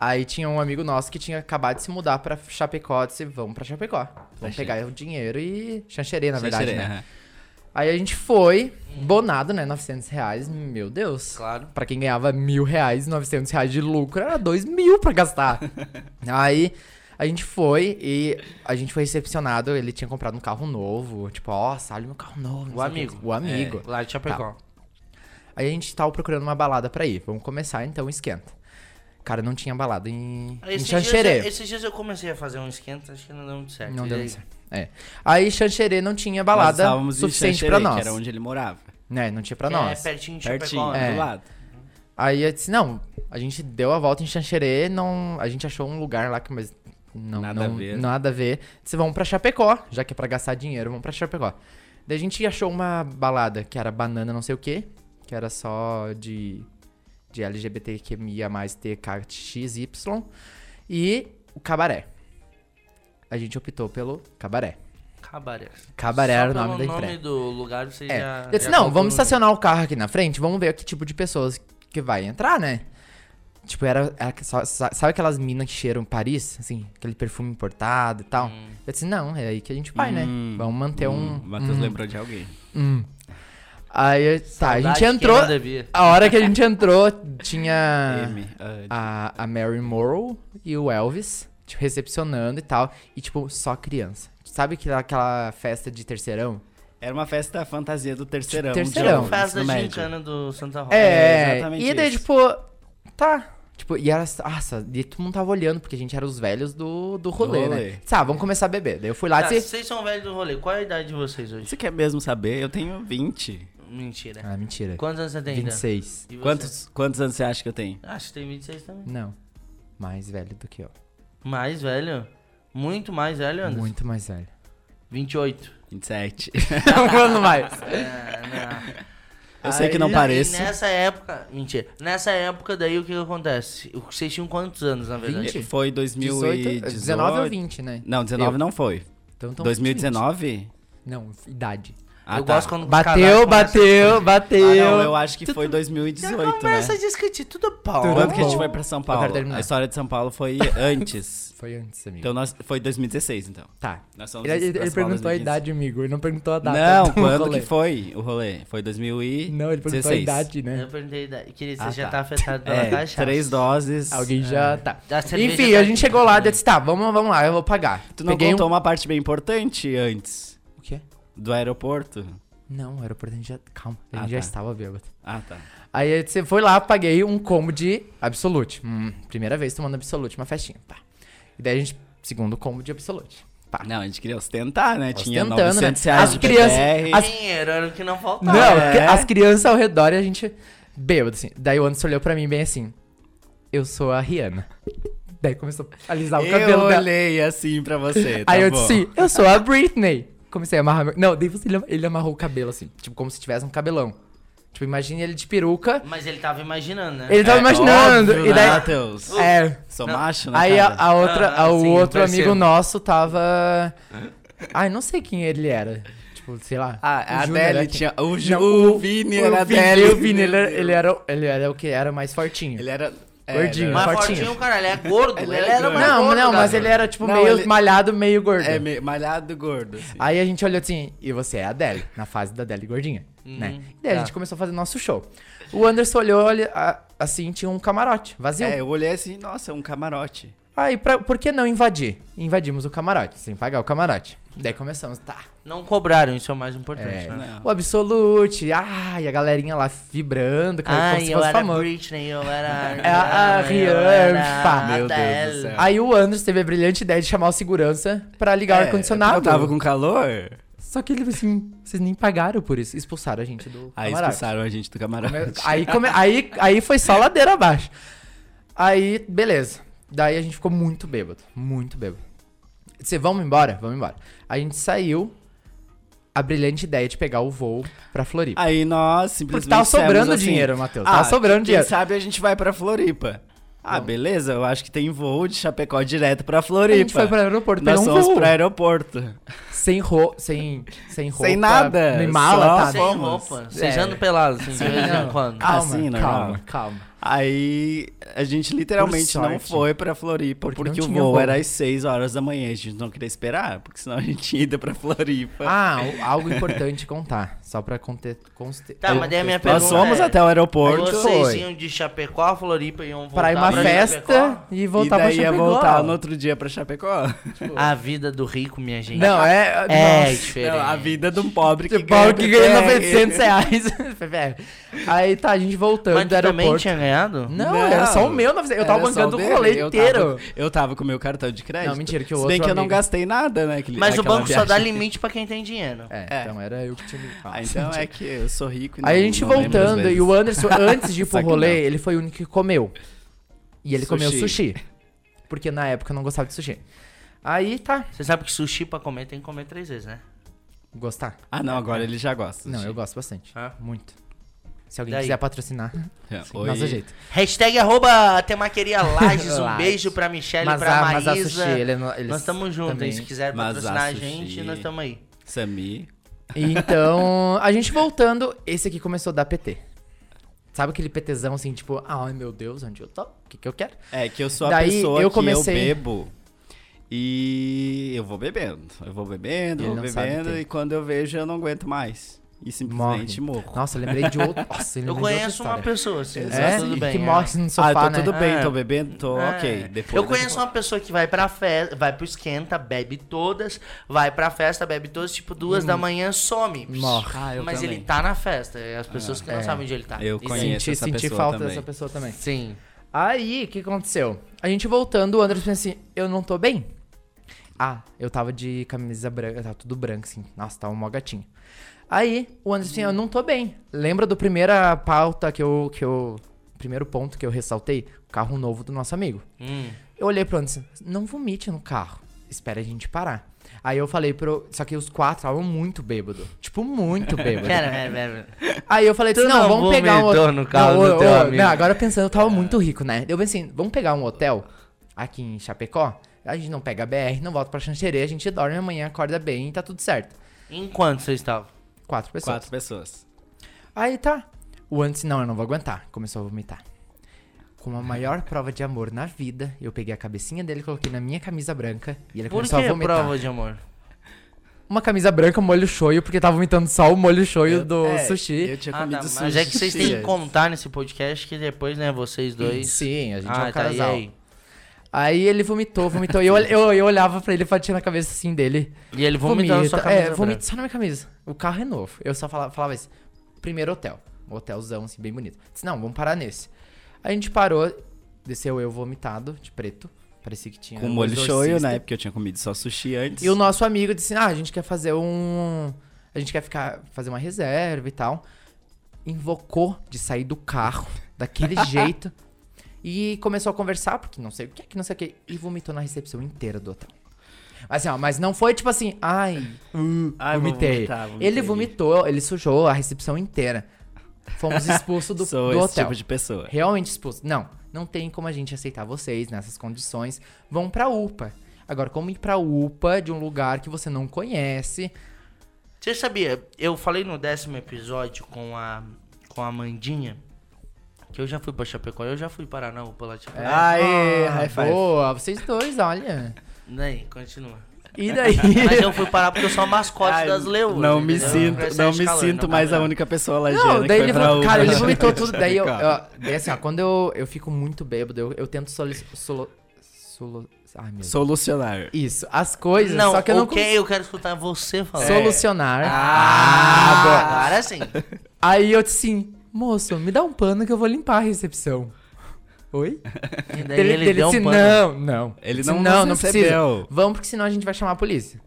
S3: Aí tinha um amigo nosso que tinha acabado de se mudar pra Chapecó. Disse, vamos pra Chapecó. Vamos
S4: Xanxerê.
S3: pegar o dinheiro e. Xanxerê, na verdade,
S4: Xanxerê,
S3: né?
S4: aham.
S3: Aí a gente foi, bonado, né? 900 reais, meu Deus.
S2: Claro.
S3: Pra quem ganhava mil reais, 900 reais de lucro, era dois mil pra gastar. Aí a gente foi e a gente foi recepcionado. Ele tinha comprado um carro novo. Tipo, nossa, olha meu carro novo. não
S2: O
S3: sei quê.
S2: amigo.
S3: O amigo.
S4: É.
S2: Lá de
S3: Tá.
S2: Chapecó.
S3: Aí a gente tava procurando uma balada pra ir. Vamos começar então, esquenta. Cara, não tinha balada em, em
S2: Esses dias,
S3: Xanxerê.
S2: eu,
S4: é-
S2: esses dias eu comecei a fazer um esquenta, acho que não deu muito certo.
S3: Não
S2: E
S3: deu
S2: aí?
S3: certo. É. Aí Xanxerê não tinha
S4: Nós
S3: balada
S4: estávamos em
S3: suficiente
S4: Xanxerê,
S3: pra nós.
S4: Que era onde ele morava.
S3: Né, não tinha pra
S2: É,
S3: nós.
S2: pertinho de
S4: Pertinho,
S2: Chapecó. né?
S3: É.
S4: do lado.
S3: Aí eu disse, não, a gente deu a volta em Xanxerê, não, a gente achou um lugar lá que mas não,
S4: Nada a
S3: não-
S4: ver.
S3: Nada a ver. Disse, vamos pra Chapecó, já que é pra gastar dinheiro, vamos pra Chapecó. Daí a gente achou uma balada que era banana não sei o quê, que era só de, de LGBTQIA mais TKXY e o cabaré. A gente optou pelo cabaré.
S2: Cabaré.
S3: Cabaré
S2: Só
S3: era o
S2: pelo
S3: nome da
S2: nome
S3: empresa.
S2: do lugar, você
S3: É.
S2: já... um né?"
S3: eu disse,
S2: já
S3: não,
S2: calcula.
S3: vamos estacionar o carro aqui na frente, vamos ver que tipo de pessoas que vai entrar, né? Tipo, era. era que só- sa- sabe aquelas minas que cheiram Paris? Assim, aquele perfume importado e tal.
S2: Hum.
S3: Eu disse, não, é aí que a gente vai, né?
S4: Hum,
S3: Vamos manter
S4: Hum,
S3: um.
S4: Matheus lembrou de alguém.
S3: hum. Aí, eu- tá, a
S2: Saudade
S3: gente
S2: que
S3: entrou.
S2: não devia.
S3: A hora que a gente entrou, tinha
S4: M. ah,
S3: a, a Mary Morrow e o Elvis, tipo, recepcionando e tal. E, tipo, só criança. Sabe que aquela festa de terceirão?
S4: Era uma festa fantasia do terceirão.
S3: Terceirão.
S4: de
S2: Festa
S4: ensino
S2: da
S4: médio.
S2: gincana do Santa Rosa.
S3: É,
S4: exatamente
S3: e daí,
S4: isso.
S3: tipo, tá. Tipo, e era. Nossa, e todo mundo tava olhando, porque a gente era os velhos do, do rolê,
S4: rolê.
S3: né? Tá, vamos começar a beber. Daí eu fui lá
S2: Tá,
S3: e disse.
S2: vocês são velhos do rolê. Qual é a idade de vocês hoje?
S4: Você quer mesmo saber? Eu tenho 20.
S2: Mentira.
S3: Ah, mentira.
S2: Quantos anos você tem, Dan?
S3: 26.
S2: E você?
S4: Quantos, quantos anos você acha que eu tenho?
S2: Acho que tem 26 também.
S3: Não. Mais velho do que eu.
S2: Mais velho? Muito mais velho, Anderson.
S3: Muito mais velho.
S2: 28.
S4: 27.
S3: um ano mais.
S2: Ah, não.
S4: Eu sei que não
S3: né,
S2: Aí,
S4: pareço.
S2: Nessa época. Mentira. Nessa época, daí o que que acontece? O- Vocês tinham quantos anos, na verdade?
S3: 20?
S4: Foi
S3: 18,
S4: 2018.
S3: 19 ou 20, né?
S4: Não, 19
S3: Eu.
S4: não foi.
S3: Então, então,
S4: 2019?
S3: Não, idade.
S4: Ah,
S2: eu
S4: tá.
S2: gosto quando os
S3: Bateu,
S2: casais começam-
S3: bateu, bateu.
S4: Ah, não, eu acho que
S2: Tu-
S4: foi
S2: tu- Já
S4: 2018, né?
S2: começa a discutir tudo bom.
S3: Tudo
S4: Quando que a gente foi pra São Paulo?
S3: quero terminar.
S4: A história de São Paulo foi antes.
S3: Foi antes, amigo.
S4: Então nós foi 2016, então.
S3: tá.
S4: Nós fomos pra
S3: Ele, ele- ele
S4: São Paulo
S3: perguntou a
S4: 2015.
S3: idade, amigo. Ele não perguntou a data.
S4: Não,
S3: do
S4: quando
S3: rolê.
S4: que foi o rolê? Foi 2016.
S3: Não, ele perguntou a idade, né?
S2: Eu perguntei, a idade. querido, você
S4: Ah,
S2: já tá,
S4: tá.
S2: afetado pela
S4: É,
S2: cachaça.
S4: três doses.
S3: Alguém já
S4: É.
S3: tá.
S2: Da cerveja
S3: Enfim,
S2: tá
S3: a gente
S2: aqui.
S3: chegou lá e disse, tá, vamos, vamos lá, eu vou pagar.
S4: Tu não
S3: Peguei
S4: contou
S3: um...
S4: uma parte bem importante antes
S3: O quê?
S4: do aeroporto?
S3: Não, era pra gente já... Calma, a gente
S4: Ah,
S3: já
S4: tá.
S3: estava bêbado.
S4: Ah, tá.
S3: Aí você foi lá, paguei um combo de Absolute. Hum, primeira vez tomando Absolute, uma festinha, pá. E daí a gente... Segundo combo de Absolute. Pá.
S4: Não, a gente queria ostentar, né? Tinha
S3: Tá. Ostentando,
S4: 900
S3: né?
S4: reais
S3: As
S4: de
S3: crianças-
S4: PPR.
S3: as-
S2: Dinheiro era o que não
S3: Não,
S2: faltava.
S4: é?
S3: as crianças ao redor e a gente bêbado, assim. Daí o Anderson olhou pra mim bem assim, eu sou a Rihanna. Daí começou a alisar o
S4: Eu
S3: cabelo dela.
S4: olhei assim pra você, tá
S3: Aí eu
S4: bom.
S3: disse, eu sou a Britney. Comecei a amarrar meu... Não, daí você- ele, ele amarrou o cabelo assim, tipo, como se tivesse um cabelão. Tipo, imagine ele de peruca.
S2: Mas ele tava imaginando, né?
S3: Ele tava
S4: É
S3: imaginando.
S4: óbvio,
S3: e daí.
S4: né, Matheus?
S3: É.
S4: Sou macho, né,
S3: Aí a,
S4: cara?
S3: a outra,
S2: Ah,
S3: a- o
S2: sim,
S3: outro
S2: percebo.
S3: amigo nosso tava. Ai, não sei quem ele era. Tipo, sei lá.
S4: Ah, a
S3: o Júnior
S4: Adele
S3: era quem?
S4: tinha... O, Ju,
S3: Não,
S4: o Vini era
S3: o Vini,
S4: Adele.
S3: O Vini, ele era, ele, era, ele era o que? Era mais fortinho.
S4: Ele era... é,
S3: Gordinho.
S4: ele
S2: Mas
S4: era-
S2: fortinho,
S3: fortinho.
S2: cara, ele é gordo. ele,
S4: Ele era
S2: era o
S4: gordo.
S2: mais
S3: não,
S2: gordo,
S3: não, mas
S2: cara.
S3: ele era tipo
S4: Não,
S3: meio
S4: ele-
S3: malhado, meio gordo.
S4: É, me- malhado gordo, assim.
S3: Aí a gente olhou assim, e você é a Adele, na fase da Adele gordinha,
S4: Uhum.
S3: né? E daí a
S2: tá.
S3: gente começou a fazer nosso show. O Anderson olhou olha, a- assim, tinha um camarote vazio.
S4: É, eu olhei assim, nossa, é um camarote.
S3: Aí, pra- por que não invadir? Invadimos o camarote, sem pagar o camarote. Daí começamos, tá.
S2: Não cobraram, isso é o mais importante,
S3: é,
S2: né?
S4: não.
S3: o Absolute, ah, e a galerinha lá vibrando, como
S2: Ah,
S3: se fosse
S2: eu era
S3: famoso.
S2: Britney, eu era...
S3: É a
S2: eu
S3: Rihanna.
S2: era
S3: Meu
S4: Deus do
S2: Adele.
S4: céu.
S3: Aí o Anderson teve a brilhante ideia de chamar o segurança pra ligar o ar-condicionado.
S4: É, Eu tava com calor.
S3: Só que ele assim, vocês nem pagaram por isso, expulsaram a gente do
S4: Aí
S3: camarote.
S4: Ah, expulsaram a gente do camarote.
S3: Aí, come- aí, aí foi só ladeira abaixo. Aí, beleza. Daí a gente ficou muito bêbado. Muito bêbado. Você, vamos embora? Vamos embora. A gente saiu. A brilhante ideia de pegar o voo pra Floripa.
S4: Aí nós
S3: Porque
S4: simplesmente.
S3: tava sobrando
S4: dissemos Ah, assim,
S3: dinheiro, Matheus.
S4: Ah,
S3: Tava sobrando
S4: quem
S3: dinheiro.
S4: sabe a gente vai pra Floripa. Ah, beleza, eu acho que tem voo de Chapecó direto pra
S3: A
S4: Floripa.
S3: gente foi pro aeroporto,
S4: Nós
S3: pegou um
S4: fomos
S3: voo.
S4: pro aeroporto.
S3: Sem, ro... sem, sem roupa.
S4: nada,
S3: Nem mala,
S4: só- assim,
S3: tá?
S2: Sem
S4: Vamos.
S2: roupa, vocês
S3: É.
S2: andam pelados, assim, de vez em quando.
S4: Ah,
S3: Calma,
S4: sim, normal.
S3: calma, calma.
S4: Aí a gente literalmente
S3: Por
S4: não
S3: sorte.
S4: foi pra Floripa
S3: Porque
S4: porque,
S3: não
S4: o
S3: tinha
S4: voo,
S3: voo.
S4: era às 6 horas da manhã. A gente não queria esperar, porque senão a gente tinha ido pra Floripa.
S3: Ah, o- algo importante contar. Só pra conte... conste...
S2: Tá, mas daí a minha
S4: nós
S2: pergunta
S3: um-
S4: fomos
S2: é,
S4: até o aeroporto.
S2: Vocês
S3: foi.
S2: iam de Chapecó a Floripa e iam voltar
S3: Pra ir uma festa
S2: Chapecó?
S3: e
S4: E
S3: voltar pra
S4: daí ia
S3: Chapecó.
S4: voltar no outro dia pra Chapecó.
S2: A vida do rico, minha gente.
S3: Não, é...
S2: é
S3: nossa.
S2: diferente.
S4: Não, a vida de um pobre que
S3: Tipo, Paulo que ganha é,
S4: PPR.
S3: 900 reais. PPR. Aí tá, a gente voltando
S2: Mas
S3: do
S2: tu também
S3: aeroporto.
S2: tinha ganhado?
S3: Não, era só o meu 900. Eu tava
S4: era só
S3: bancando o
S4: dele,
S3: rolê
S4: eu
S3: inteiro.
S4: tava- eu tava com o meu cartão de crédito.
S3: Não, mentira, que o
S4: Se bem
S3: outro
S4: que eu não
S3: amigo-
S4: gastei nada, né? aquele-
S2: Mas o
S4: naquela
S2: banco só dá
S4: viagem.
S2: limite pra quem tem dinheiro.
S3: É,
S4: É.
S3: então era eu que tinha me
S4: Ah, então é que eu sou rico. e
S3: Aí a
S4: não-
S3: gente
S4: não lembro às
S3: voltando,
S4: vezes.
S3: e o Anderson, antes de ir pro
S4: Só que
S3: rolê,
S4: não.
S3: ele foi o único que comeu. E ele comeu
S4: Sushi.
S3: sushi. Porque na época eu não gostava de sushi. Aí tá.
S2: Você sabe que sushi pra comer tem que comer três vezes, né?
S3: Gostar?
S4: Ah, não, agora ele já gosta.
S3: Não,
S4: gente.
S3: eu gosto bastante.
S2: Hã?
S3: Muito. Se alguém
S2: Daí?
S3: quiser patrocinar,
S4: É,
S3: sim,
S4: Ah. oi.
S3: nosso jeito.
S2: Hashtag arroba temaqueria Lages. um
S3: Lages.
S2: beijo pra Michelle,
S3: Mas
S2: pra
S3: a, mas
S2: Maísa.
S3: a sushi, ele, é eles
S2: Nós estamos juntos,
S3: também-
S2: hein? Se quiser
S4: Mas a
S2: patrocinar a
S4: sushi-
S2: gente, nós estamos aí.
S4: Sami.
S3: Então, a gente voltando, esse aqui começou a dar PT. Sabe aquele PTzão assim, tipo, ai meu Deus, onde eu tô? O que, que eu quero?
S4: É que eu sou a
S3: Daí,
S4: pessoa
S3: eu
S4: que
S3: comecei-
S4: eu bebo. E eu vou bebendo. Eu vou bebendo,
S3: Ele
S4: vou
S3: não sabe
S4: bebendo.
S3: ter.
S4: E quando eu vejo, eu não aguento mais. E simplesmente morro.
S3: Nossa, eu lembrei de outro. Nossa, eu
S2: Eu
S3: lembrei
S2: conheço
S3: de outra
S2: uma
S3: história.
S2: pessoa, assim,
S3: É?
S2: tá tudo bem.
S3: que
S2: é.
S3: morre no sofá,
S4: ah, tô
S3: né?
S4: tudo bem,
S2: É.
S4: tô bebendo, tô
S2: É.
S4: ok. Depois
S2: eu conheço uma pessoa que vai pra festa, vai pro esquenta, bebe todas, vai pra festa, bebe todas, tipo duas da manhã, some.
S3: Hum. Morre.
S4: Ah, eu
S2: Mas
S4: também.
S2: ele tá na festa, e as pessoas que não
S3: é.
S2: sabem onde ele tá.
S4: Eu
S2: Isso aí.
S4: conheço
S3: Senti,
S4: essa
S3: senti
S4: pessoa
S3: falta
S4: também.
S3: dessa pessoa também.
S2: Sim.
S3: Aí, o que aconteceu? A gente voltando, o Anderson pensa assim, eu não tô bem. Ah, eu tava de camisa branca, tava tudo branco, assim. Nossa, tava mó gatinho. Aí, o Anderson assim, eu não tô bem. Lembra do primeira pauta que eu, que eu... Primeiro ponto que eu ressaltei? O carro novo do nosso amigo.
S2: Hum.
S3: Eu olhei pro Anderson, não vomite no carro. Espera a gente parar. Aí eu falei pro... Só que os quatro estavam muito bêbado. Tipo, muito bêbado.
S2: Pera, pera, pera. pera.
S3: Aí eu falei
S2: Tu
S3: assim, não,
S2: não
S3: vamos pegar um
S2: vomitou
S3: hotel.
S2: no carro
S3: não,
S2: do
S3: ô,
S2: teu
S3: ô,
S2: amigo?
S3: não, agora pensando, eu tava muito rico, né? Eu pensei, vamos pegar um hotel aqui em Chapecó? A gente não pega BR, não volta pra Xanxerê, a gente dorme amanhã, acorda bem, tá tudo certo.
S2: Enquanto você estava?
S3: Quatro pessoas.
S4: Quatro pessoas.
S3: Aí tá. O antes, não, eu não vou aguentar. Começou a vomitar. Como a maior prova de amor na vida, eu peguei a cabecinha dele, coloquei na minha camisa branca e ele
S2: Por
S3: começou a
S2: que
S3: vomitar.
S2: prova de amor?
S3: Uma camisa branca, um molho shoyu, porque tava vomitando só o molho shoyu do
S4: É,
S3: sushi.
S4: Eu tinha
S2: Ah,
S4: comido
S2: tá,
S4: sushi.
S2: mas é que vocês têm que
S4: antes.
S2: contar nesse podcast que depois, né, vocês dois.
S3: Sim, a gente é
S2: Ah,
S3: um
S2: tá, e
S3: casal.
S2: aí?
S3: Aí ele vomitou, vomitou. E eu, eu, eu olhava pra ele fatiando a cabeça assim dele.
S2: E ele vomitando sua camisa
S3: É,
S2: branca.
S3: vomita só na minha camisa. O carro é novo. Eu só falava, falava isso. Primeiro hotel. Um hotelzão, assim, bem bonito. Disse, não, vamos parar nesse. Aí a gente parou, desceu eu vomitado, de preto. Parecia que tinha.
S4: Com
S3: um
S4: molho shoyu,
S3: exorcista.
S4: né? Porque eu tinha comido só sushi antes.
S3: E o nosso amigo disse: Ah, a gente quer fazer um. A gente quer ficar, fazer uma reserva e tal. Invocou de sair do carro daquele jeito. E começou a conversar, porque não sei o que, que não sei o que. E vomitou na recepção inteira do hotel. Assim, ó, mas não foi tipo assim, ai, uh,
S4: Ai, vou
S3: vomitei.
S4: vomitar, Hum. vomitei.
S3: Ele vomitou, ele sujou a recepção inteira. Fomos expulsos do,
S4: Sou
S3: do
S4: esse
S3: hotel
S4: tipo de pessoa.
S3: realmente expulso. Não, não tem como a gente aceitar vocês nessas condições. Vão pra UPA. Agora, como ir pra UPA de um lugar que você não conhece?
S2: Você sabia, eu falei no décimo episódio com a, com a Mandinha que eu já fui pra Chapecó, eu já fui para não, pela
S4: É.
S2: Chapecó.
S4: Aê,
S3: Ah,
S4: high five.
S3: Boa, vocês dois, olha.
S2: Daí, continua.
S3: E daí?
S2: Mas eu fui parar porque eu sou a mascote
S4: Ai,
S2: das leoas.
S4: Não me
S2: entendeu?
S4: sinto,
S2: Crescente
S4: não me
S2: calor,
S4: sinto
S2: não
S4: mais
S2: vai
S4: a
S2: dar.
S4: única pessoa lá
S3: Não, daí ele vomitou, cara, ele vomitou tudo. Daí eu,
S4: Chapecó.
S3: eu- daí assim, ó, quando eu, eu fico muito bêbado, eu, eu tento solo, solo, solo, ai, meu
S4: Solucionar.
S3: Isso, as coisas,
S2: Não,
S3: só que eu não É.
S2: ok, eu quero escutar é você falar.
S3: consigo solucionar.
S4: É.
S2: Ah, agora sim.
S3: Aí eu disse assim, moço, me dá um pano que eu vou limpar a recepção. Oi?
S2: E daí
S3: Ele,
S2: ele,
S3: ele,
S2: deu
S3: disse,
S2: um pano.
S3: não, não.
S4: Ele
S3: Disse,
S4: não
S3: não,
S4: nos
S3: precisa.
S4: recebeu.
S3: Vamos, porque senão a gente vai chamar a polícia.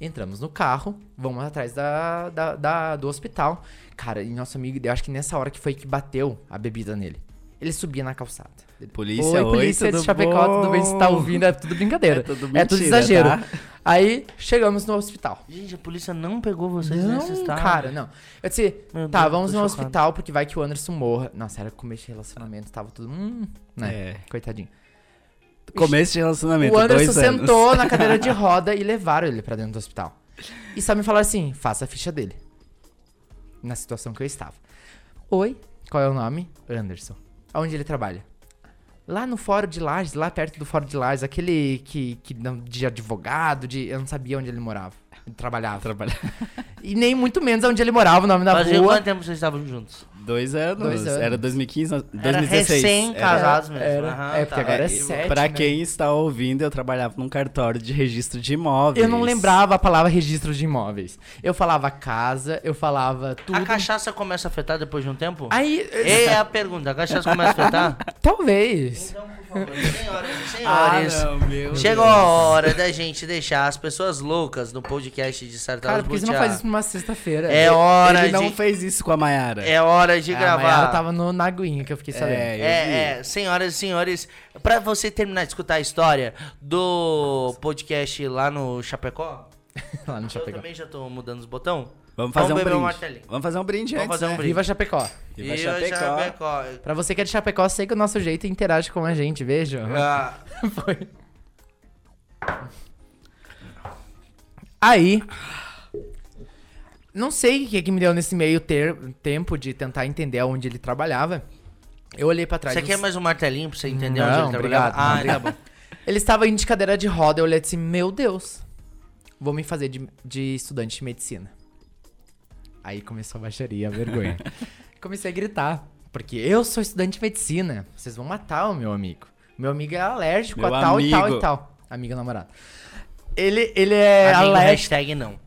S3: Entramos no carro, vamos atrás da, da- da- do hospital. Cara, e nosso amigo, eu acho que nessa hora que foi que bateu a bebida nele. Ele subia na calçada. Ele,
S4: Polícia, oi,
S3: polícia
S4: tudo
S3: de Chapecó, tudo bem, você tá
S4: bom?"
S3: ouvindo, é tudo brincadeira.
S4: É tudo
S3: é tudo
S4: mentira,
S3: exagero.
S4: tá?
S3: Aí, chegamos no hospital.
S2: Gente, a polícia não pegou vocês nesse
S3: Não,
S2: estado.
S3: cara, não. Eu disse,
S2: Meu
S3: tá,
S2: Deus,
S3: vamos
S2: tô
S3: no
S2: chocado.
S3: hospital, porque vai que o Anderson morra. Nossa, era começo de relacionamento, tava tudo. Hum, né?
S4: É.
S3: Coitadinho.
S4: Começo de relacionamento,
S3: O Anderson
S4: dois anos.
S3: sentou na cadeira de roda e levaram ele pra dentro do hospital. E só me falaram assim: faça a ficha dele. Na situação que eu estava. Oi, qual é o nome? Anderson. Aonde ele trabalha? Lá no Fórum de Lages, lá perto do Fórum de Lages, aquele que, que não- de advogado, de. Eu não sabia onde ele morava. Ele trabalhava.
S4: Trabalhar.
S3: E nem muito menos onde ele morava, o nome da
S2: Fazia
S3: rua.
S2: quanto tempo vocês estavam juntos?
S4: Dois anos.
S3: Dois anos.
S4: Era 2015, não,
S2: Era
S4: 2016. Era-
S2: recém-casados mesmo.
S3: Era.
S2: Aham,
S3: É, porque
S2: tá.
S3: agora é
S2: E-
S3: sete.
S4: Pra
S3: né?
S4: quem está ouvindo, eu trabalhava num cartório de registro de imóveis.
S3: Eu não lembrava a palavra registro de imóveis. Eu falava casa, eu falava tudo.
S2: A cachaça começa a afetar depois de um tempo?
S3: Aí, eh,
S2: É a pergunta, a cachaça começa a afetar?
S3: talvez.
S2: Então, por favor, senhoras e
S4: Ah,
S2: senhores,
S4: não, meu
S2: chegou a hora da gente deixar as pessoas loucas no podcast de Sartaz
S3: Cara, porque você não
S2: Butiá.
S3: faz isso numa sexta-feira.
S2: É hora
S4: Ele não
S2: de,
S4: fez isso com a Mayara.
S2: é hora de
S3: A
S2: gravar.
S3: Mayara Ah, tava no, na aguinha que eu fiquei sabendo.
S4: É, eu vi.
S2: É, é, senhoras e senhores, pra você terminar de escutar a história do podcast lá no Chapecó,
S3: Lá no
S2: eu
S3: Chapecó.
S2: também já tô mudando os botão.
S4: Vamos fazer
S2: Vamos
S4: um
S2: beber um
S4: brinde.
S2: martelinho.
S4: Vamos fazer um brinde
S2: Vamos
S4: antes,
S2: fazer um
S4: né?
S2: brinde.
S3: Viva Chapecó.
S4: Viva
S2: Viva
S4: Chapecó.
S2: Chapecó.
S3: Pra você que é de Chapecó, segue o nosso jeito e interage com a gente. Beijo.
S2: Ah,
S3: Foi. Aí. Não sei o que, que me deu nesse meio ter, tempo de tentar entender onde ele trabalhava. Eu olhei pra trás.
S2: você
S3: eu-
S2: quer mais um martelinho pra você entender
S3: Não,
S2: onde ele
S3: obrigado,
S2: trabalhava? Ah, tá
S3: não,
S2: bom.
S3: Ele estava indo de cadeira de roda. Eu olhei e disse: Meu Deus, vou me fazer de, de estudante de medicina. Aí começou a baixaria, a vergonha. Comecei a gritar, porque eu sou estudante de medicina. Vocês vão matar o meu amigo. Meu amigo é alérgico
S4: Meu
S3: a tal e tal e
S4: amigo.
S3: tal. Amigo namorado. Ele, ele é
S2: Amigo,
S3: alérgico.
S2: hashtag não.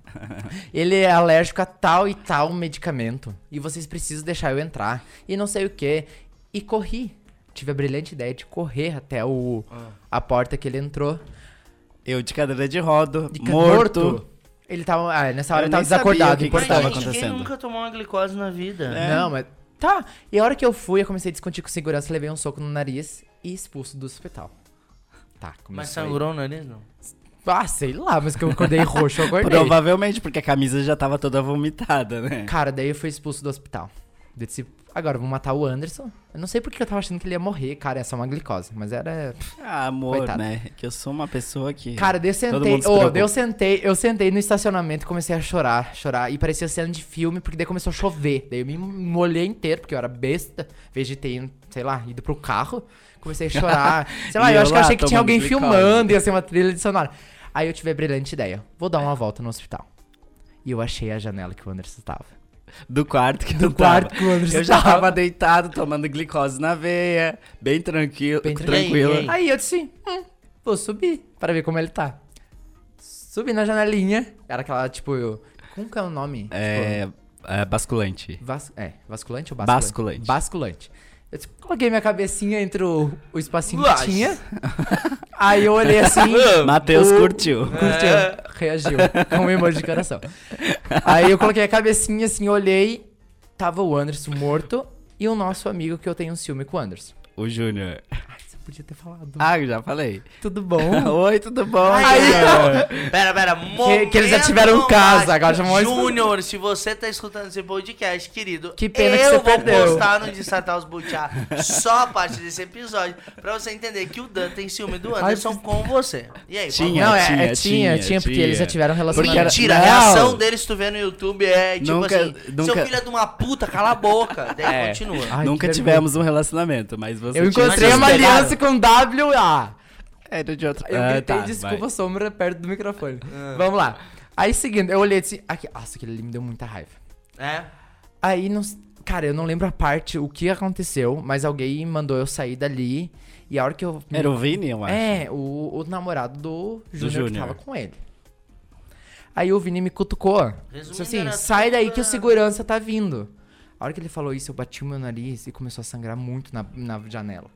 S3: Ele é alérgico a tal e tal medicamento. E vocês precisam deixar eu entrar. E não sei o que. E corri. Tive a brilhante ideia de correr até o,
S4: Ah.
S3: a porta que ele entrou.
S4: Eu de cadeira de rodo,
S3: De ca-
S4: morto.
S3: Ele tava. Ah, nessa hora
S4: Eu
S3: ele tava
S4: nem sabia o
S3: desacordado,
S4: que que
S2: Mas,
S4: tava
S3: importava.
S2: gente, quem
S4: acontecendo?
S2: nunca tomou uma glicose na vida?
S4: É.
S3: Não, mas. Tá. E a hora que eu fui, eu comecei a discutir com segurança, levei um soco no nariz e expulso do hospital. Tá,
S2: Mas
S3: começou. aí.
S2: sangrou o nariz, não? é
S3: Ah, sei lá, mas que eu acordei roxo, eu acordei.
S4: Provavelmente, porque a camisa já tava toda vomitada, né?
S3: Cara, daí eu fui expulso do hospital. Eu disse, Agora, vamos matar o Anderson. Eu não sei porque eu tava achando que ele ia morrer, cara, é só uma glicose. Mas era.
S4: Ah, amor,
S3: Coitado.
S4: né? Que eu sou uma pessoa que.
S3: Cara, daí eu
S4: Todo
S3: sentei.
S4: mundo se
S3: Ô,
S4: preocupa.
S3: daí eu sentei, eu sentei no estacionamento e comecei a chorar, chorar. E parecia cena de filme, porque daí começou a chover. Daí eu me molhei inteiro, porque eu era besta. Vejo de ter, ido, sei lá, ido pro carro. Comecei a chorar. sei lá,
S4: E
S3: eu
S4: eu
S3: acho que eu
S4: lá
S3: achei que tinha
S4: tomando
S3: alguém
S4: glicose.
S3: filmando, ia ser uma trilha de sonora. Aí eu tive a brilhante ideia. Vou dar uma volta no hospital. E eu achei a janela que o Anderson tava.
S4: Do quarto que
S3: Do
S4: eu tava.
S3: quarto que o Anderson
S4: Eu já
S3: tava.
S4: tava deitado, tomando glicose na veia, bem tranquilo.
S3: Bem
S4: tranquilo.
S2: tranquilo.
S3: Aí eu disse, hum, vou subir pra ver como ele tá. Subi na janelinha. Era aquela, tipo, eu... Como que é o nome? Tipo,
S4: É, é, basculante.
S3: Vas- é, vasculante ou basculante?
S4: Basculante.
S3: Basculante. Eu tipo, coloquei minha cabecinha entre o, o espacinho
S2: Lógico.
S3: que tinha. Aí eu olhei assim.
S4: Matheus
S3: o-
S4: curtiu.
S3: Curtiu.
S2: É.
S3: Reagiu. Com um emoji de coração. Aí eu coloquei a cabecinha assim, olhei. Tava o Anderson morto e o nosso amigo que eu tenho um ciúme com o Anderson.
S4: O Júnior.
S3: Ai, você podia ter falado.
S4: Ah, eu já falei.
S3: Tudo bom?
S4: Oi, tudo bom?
S2: Aí, pera, pera,
S3: que eles já tiveram
S2: momento
S3: casa,
S2: mágico.
S3: agora já mostra-
S2: Júnior, se você tá escutando esse podcast, querido,
S3: Que pena que
S2: eu
S3: você
S2: vou
S3: perdeu.
S2: postar no Destratar os Butiá só a parte desse episódio, pra você entender que o Dan tem ciúme do Anderson com você. E aí,
S4: Tinha,
S3: Não, é, é- tinha,
S4: tinha,
S3: tinha,
S4: tinha,
S3: porque
S4: tinha.
S3: eles já tiveram um
S2: Porque
S3: relacionamento.
S4: era-
S2: Mentira,
S4: Não.
S2: a reação deles, tu vê no YouTube, é tipo
S4: Nunca-
S2: assim, seu
S4: nunca-
S2: filho é de uma puta, cala a boca. Daí
S3: É.
S2: continua.
S3: Ai,
S4: Nunca
S3: que
S4: tivemos um relacionamento, mas você
S3: Eu
S4: tinha-
S3: encontrei
S2: Mas
S3: uma
S2: vocês
S3: aliança com WA.
S4: Era de outra...
S3: Eu
S4: Ah,
S3: gritei
S4: tá,
S3: desculpa
S4: vai.
S3: sombra perto do microfone. Vamos lá. Aí seguindo, eu olhei e disse. Aqui, nossa, aquele ali me deu muita raiva.
S2: É.
S3: Aí não. s- Cara, eu não lembro a parte, o que aconteceu, mas alguém mandou eu sair dali. E a hora que eu.
S4: Era o Vini, eu acho.
S3: É, o, o namorado do Júnior que
S4: Júnior.
S3: tava com ele. Aí o Vini me cutucou. Disse
S2: Resumindo,
S3: assim,
S2: era
S3: sai
S2: tudo
S3: daí que
S2: pra-
S3: o segurança tá vindo. A hora que ele falou isso, eu bati o meu nariz e começou a sangrar muito na, na janela.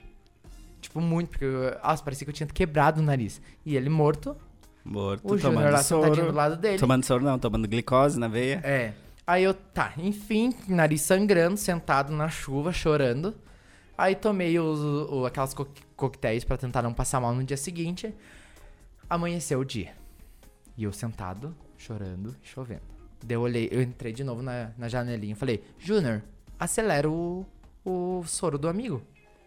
S3: Tipo, muito, porque eu, nossa, parecia que eu tinha quebrado o nariz. E ele morto,
S4: Morto,
S3: o Júnior
S4: tomando
S3: lá sentadinho
S4: soro.
S3: do lado dele.
S4: Tomando soro não, tomando glicose na veia.
S3: É. Aí eu, tá, enfim, nariz sangrando, sentado na chuva, chorando. Aí tomei os, o- aquelas co coquetéis pra tentar não passar mal no dia seguinte. Amanheceu o dia. E eu sentado, chorando, chovendo. Daí eu olhei, eu entrei de novo na, na janelinha e falei, Júnior, acelera o, o soro do amigo.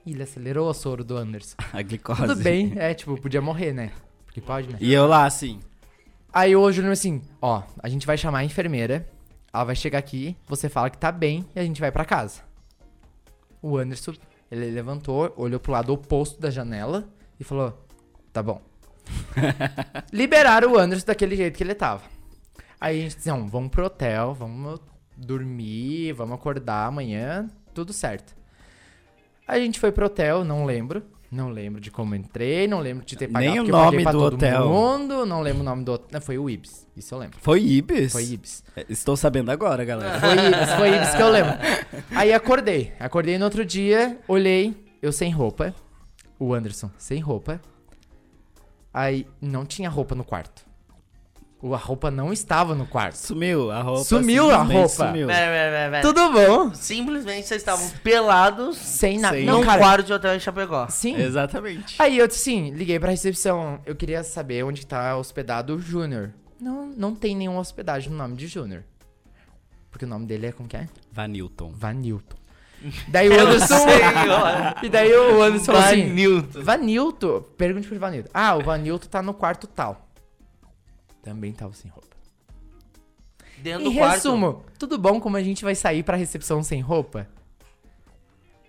S3: E ele acelerou o soro do Anderson.
S4: A glicose.
S3: Tudo bem, é, tipo, podia morrer, né? Porque pode, né?
S4: E eu lá, assim...
S3: Aí o Júnior assim, ó, a gente vai chamar a enfermeira, ela vai chegar aqui, você fala que tá bem e a gente vai pra casa. O Anderson, ele levantou, olhou pro lado oposto da janela e falou, tá bom. Liberaram o Anderson daquele jeito que ele tava. Aí a gente disse, não, vamos pro hotel, vamos dormir, vamos acordar amanhã, tudo certo. A gente foi pro hotel, não lembro. Não lembro de como entrei, não lembro de ter
S4: Nem
S3: pagado,
S4: o
S3: porque eu paguei
S4: nome
S3: pra
S4: do
S3: todo
S4: hotel.
S3: mundo, não lembro o nome do hotel. Foi o Ibis, isso eu lembro.
S4: Foi Ibis? É,
S3: Foi Ibis.
S4: Estou sabendo agora, galera.
S3: Foi Ibis, foi Ibis que eu lembro. Aí acordei. Acordei no outro dia, olhei, eu sem roupa. O Anderson sem roupa. Aí não tinha roupa no quarto. O- A roupa não estava no quarto.
S4: Sumiu a roupa. assim,
S3: Sumiu a
S4: simplesmente
S3: roupa.
S4: Sumiu.
S2: Pera, pera, pera, pera.
S3: Tudo bom?
S2: Simplesmente vocês estavam pelados
S3: Sem nada.
S4: Sem-
S3: Não,
S2: num
S3: cara.
S2: quarto de hotel em Chapecó.
S3: Sim.
S4: Exatamente.
S3: Aí eu disse, sim, liguei pra recepção. Eu queria saber onde tá hospedado o Júnior. Não, não tem nenhuma hospedagem no nome de Júnior. Porque o nome dele é como que é?
S4: Vanilton.
S3: Vanilton. Daí o
S2: Eu
S3: Anderson.
S2: sei, olha.
S3: e daí o Anderson falou assim.
S2: Vanilton.
S3: Vanilton, pergunte pro Vanilton. Ah, o Vanilton tá no quarto tal. Também tava sem roupa.
S2: Dentro do
S3: Em
S2: Tá quarto.
S3: resumo, tudo bom como a gente vai sair pra recepção sem roupa?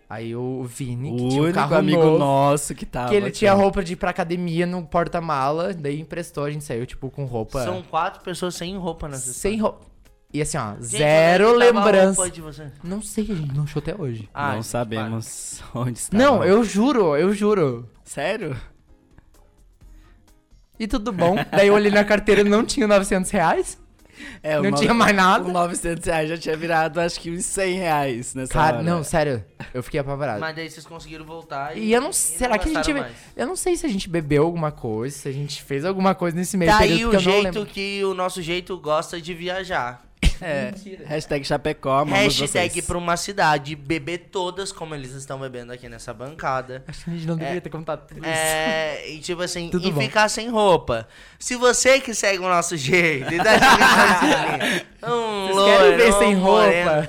S3: Aí o Vini, que
S4: O
S3: tinha um
S4: único
S3: carro
S4: amigo
S3: novo,
S4: nosso que tava. assim.
S3: que ele tinha
S4: aqui.
S3: roupa de ir pra academia no porta-mala, daí emprestou, a gente saiu, tipo, com roupa
S2: São quatro pessoas sem roupa nessa
S3: sem roupa. E assim, ó,
S2: Gente,
S3: zero
S2: onde é que tava a
S3: lembrança.
S2: roupa de você?
S3: Não sei, a gente não achou até hoje.
S2: Ah,
S4: não
S2: gente,
S4: sabemos onde está.
S3: Não, eu juro, eu juro.
S4: Sério?
S3: E tudo bom. Daí eu olhei na carteira e não tinha 900 reais.
S4: É,
S3: Não tinha mais nada.
S4: O 900 reais já tinha virado, acho que uns 100 reais nessa
S3: Cara,
S4: hora.
S3: não, sério, eu fiquei apavorado.
S2: para. Mas daí vocês conseguiram voltar e.
S3: E eu não sei, será que a gente.
S2: gastaram
S3: be-
S2: mais.
S3: Eu não sei se a gente bebeu alguma coisa, se a gente fez alguma coisa nesse meio
S2: Daí Tá
S3: período que
S2: o
S3: eu não
S2: jeito
S3: lembro.
S2: que o nosso jeito gosta de viajar.
S4: É, hashtag Chapecó, amamos
S2: Hashtag
S4: vocês.
S2: pra uma cidade, beber todas como eles estão bebendo aqui nessa bancada.
S3: Acho que a gente não deveria ter contado tudo isso.
S2: É, e tipo assim,
S3: Tudo
S2: e
S3: bom.
S2: ficar sem roupa. Se você que segue o nosso jeito, e dá essa mensagem, um
S3: Vocês querem
S2: loiro,
S3: ver sem
S2: um
S3: roupa?
S2: moreno,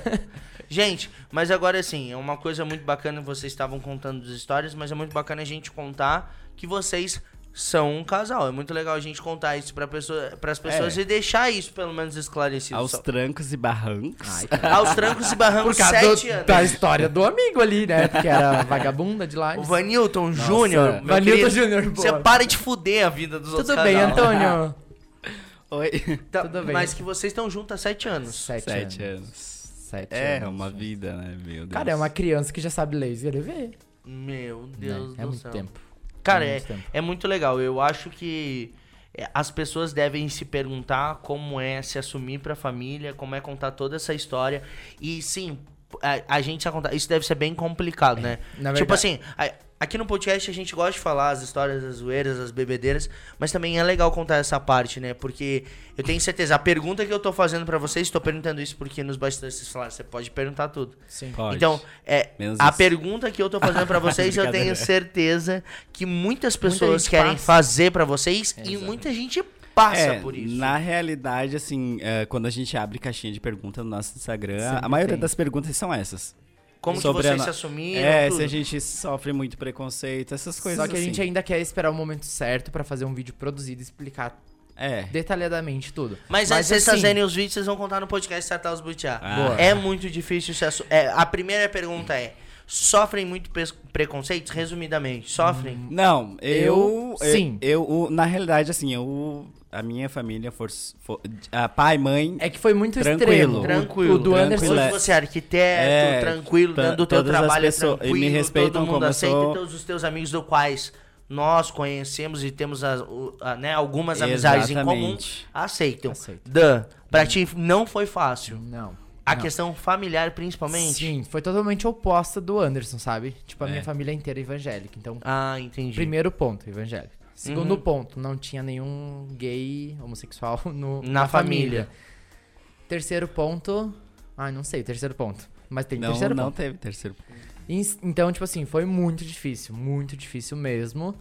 S2: Gente, mas agora assim, é uma coisa muito bacana, vocês estavam contando as histórias, mas é muito bacana a gente contar que vocês são um casal. É muito legal a gente contar isso para pessoa, as
S3: É.
S2: pessoas e deixar isso pelo menos esclarecido.
S4: Aos
S2: Só-
S4: trancos e barrancos.
S2: Aos trancos e barrancos,
S3: Por causa
S2: sete
S3: do-
S2: anos.
S3: da história do amigo ali, né? Porque era vanagunda de lá.
S2: O Vanilton Júnior, meu
S3: Vanilton
S2: querido,
S3: Júnior,
S2: Você
S3: boa.
S2: para de fuder a vida dos outros
S3: Tudo bem,
S2: casal.
S3: Antônio?
S4: Oi.
S2: Tá,
S3: Tudo bem.
S2: Mas que vocês estão juntos há sete anos.
S3: Sete,
S4: Sete
S3: anos.
S4: anos.
S3: Sete
S4: É,
S3: anos.
S4: uma vida, né? Meu Deus.
S3: Cara, é uma criança que já sabe ler e escrever.
S2: Meu Deus
S3: Deus
S2: do
S3: é muito
S2: céu.
S3: tempo.
S2: Cara,
S3: É
S2: é,
S3: muito tempo.
S2: é muito legal. Eu acho que é, as pessoas devem se perguntar como é se assumir pra família, como é contar toda essa história. E sim, a, a gente já contar. Isso deve ser bem complicado, né?
S3: É, na
S2: tipo
S3: verdade.
S2: assim, a- aqui no podcast a gente gosta de falar as histórias, as zoeiras, as bebedeiras, mas também é legal contar essa parte, né? Porque eu tenho certeza, a pergunta que eu tô fazendo pra vocês, tô perguntando isso porque nos bastidores vocês falaram, você pode perguntar tudo.
S3: Sim.
S4: Pode.
S2: Então, é,
S4: Menos
S2: a
S4: isso.
S2: pergunta que eu tô fazendo pra vocês, eu tenho
S4: Brincadeira.
S2: certeza que muitas pessoas
S3: gente
S2: querem
S3: passa.
S2: fazer pra vocês e
S3: exato.
S2: muita gente passa
S4: É,
S2: por isso.
S4: Na realidade, assim, é, quando a gente abre caixinha de pergunta no nosso Instagram,
S3: Sempre
S4: a maioria
S3: tem.
S4: das perguntas são essas.
S2: Como que
S4: sobre
S2: vocês
S4: a no-
S2: se assumiram?
S4: é,
S2: tudo.
S4: se a gente sofre muito preconceito, essas coisas
S3: Só que a gente
S4: assim.
S3: ainda quer é esperar o momento certo pra fazer um vídeo produzido e explicar
S4: É.
S3: detalhadamente tudo.
S2: Mas, antes de vocês
S3: assim,
S2: fazerem os vídeos, vocês vão contar no podcast Startar os Butiá.
S4: Ah.
S3: Boa.
S2: É muito difícil se assu... é, A primeira pergunta é: sofrem muito pes- preconceitos? Resumidamente, sofrem?
S4: Não, eu.
S3: Eu- sim.
S4: Eu, eu- na realidade, assim, eu. A minha família for, for- a pai, mãe.
S3: É que foi muito
S4: Tranquilo.
S3: extremo. O-
S2: Tranquilo.
S3: O do Anderson.
S4: Tranquilo,
S2: Hoje
S4: é.
S2: você é arquiteto,
S4: É,
S2: tranquilo,
S4: ta-
S2: dando o teu
S4: todas as
S2: trabalho é
S4: pessoas- e me
S2: tranquilo,
S4: respeitam
S2: todo mundo
S4: como eu
S2: aceita,
S4: sou.
S2: e todos os teus amigos do quais nós conhecemos e temos as- o- a, né, algumas amizades em comum,
S4: Exatamente. Hum.
S2: aceitam.
S3: Aceitam.
S2: Dan, pra ti não foi fácil.
S3: Não.
S2: A
S3: não.
S2: questão familiar, principalmente.
S3: Sim, foi totalmente oposta do Anderson, sabe? Tipo, a
S4: É.
S3: minha família inteira é evangélica. Então,
S2: Ah, entendi.
S3: primeiro ponto, evangélica. Segundo
S2: Uhum.
S3: ponto, não tinha nenhum gay homossexual no,
S2: Na família.
S3: Terceiro ponto. Ai, não sei, terceiro ponto. Mas tem
S4: Não,
S3: terceiro
S4: não
S3: ponto.
S4: teve terceiro.
S3: Ins- Então, tipo assim, foi muito difícil, muito difícil mesmo.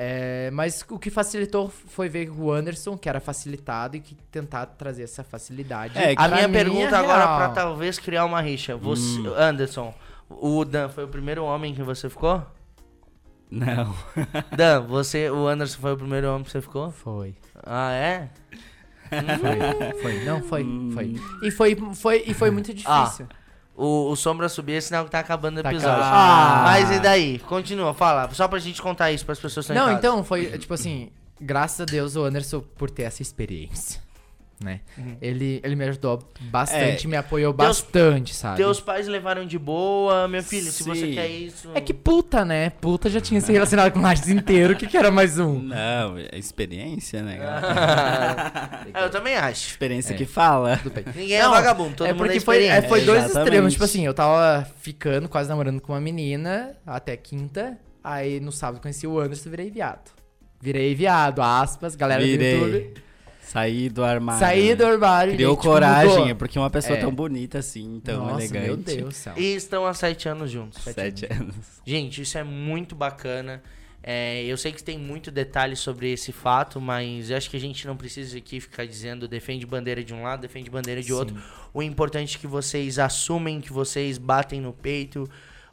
S3: É, mas o que facilitou foi ver o Anderson, que era facilitado, e que tentar trazer essa facilidade.
S4: É,
S2: A
S3: pra
S2: minha
S3: minha
S2: pergunta agora é
S3: real.
S2: pra talvez criar uma rixa. Você,
S4: Hum.
S2: Anderson, o Dan foi o primeiro homem que você ficou?
S4: Não.
S2: Dan, você, o Anderson foi o primeiro homem que você ficou?
S3: Foi.
S2: Ah, é?
S3: Foi, foi, não foi,
S2: Hum.
S3: foi. E foi, foi, e foi
S2: Ah,
S3: muito difícil.
S2: O, o Sombra subir é sinal que tá acabando o
S3: Tá
S2: episódio.
S3: acabando. Ah.
S2: Mas e daí? Continua, fala. Só pra gente contar isso pras pessoas que estão
S3: não,
S2: em casa.
S3: então foi tipo assim, graças a Deus o Anderson por ter essa experiência, né? Ele, ele me ajudou bastante, me apoiou
S2: Uhum. É, Deus-
S3: bastante, sabe?
S2: Teus pais levaram de boa, meu filho, se você
S4: Sim.
S2: quer isso.
S3: É que puta, né? Puta já tinha se relacionado com o Lages inteiro, o que que era mais um?
S4: Não, é experiência, né? galera?
S2: Ah, eu também acho.
S4: experiência
S3: É.
S4: que fala.
S3: Tudo bem.
S2: Ninguém
S3: Não,
S2: é vagabundo, todo
S3: é
S2: mundo é
S3: porque foi, é,
S2: experiente.
S3: foi dois
S4: Exatamente.
S3: extremos. Tipo assim, eu tava ficando, quase namorando com uma menina até quinta. Aí no sábado conheci o Anderson e virei viado. Virei viado, aspas, galera do YouTube.
S4: Virei. Saí do armário.
S3: Saí do
S4: né?
S3: armário.
S4: Criou
S3: gente,
S4: coragem, é
S3: mudou.
S4: porque uma pessoa
S3: É.
S4: tão bonita assim, tão
S3: Nossa,
S4: elegante.
S3: meu Deus do céu.
S2: E estão há sete anos juntos.
S4: Sete anos.
S2: Gente, isso é muito bacana. É, eu sei que tem muito detalhe sobre esse fato, mas eu acho que a gente não precisa aqui ficar dizendo defende bandeira de um lado, defende bandeira de outro. O importante é que vocês assumem, que vocês batem no peito.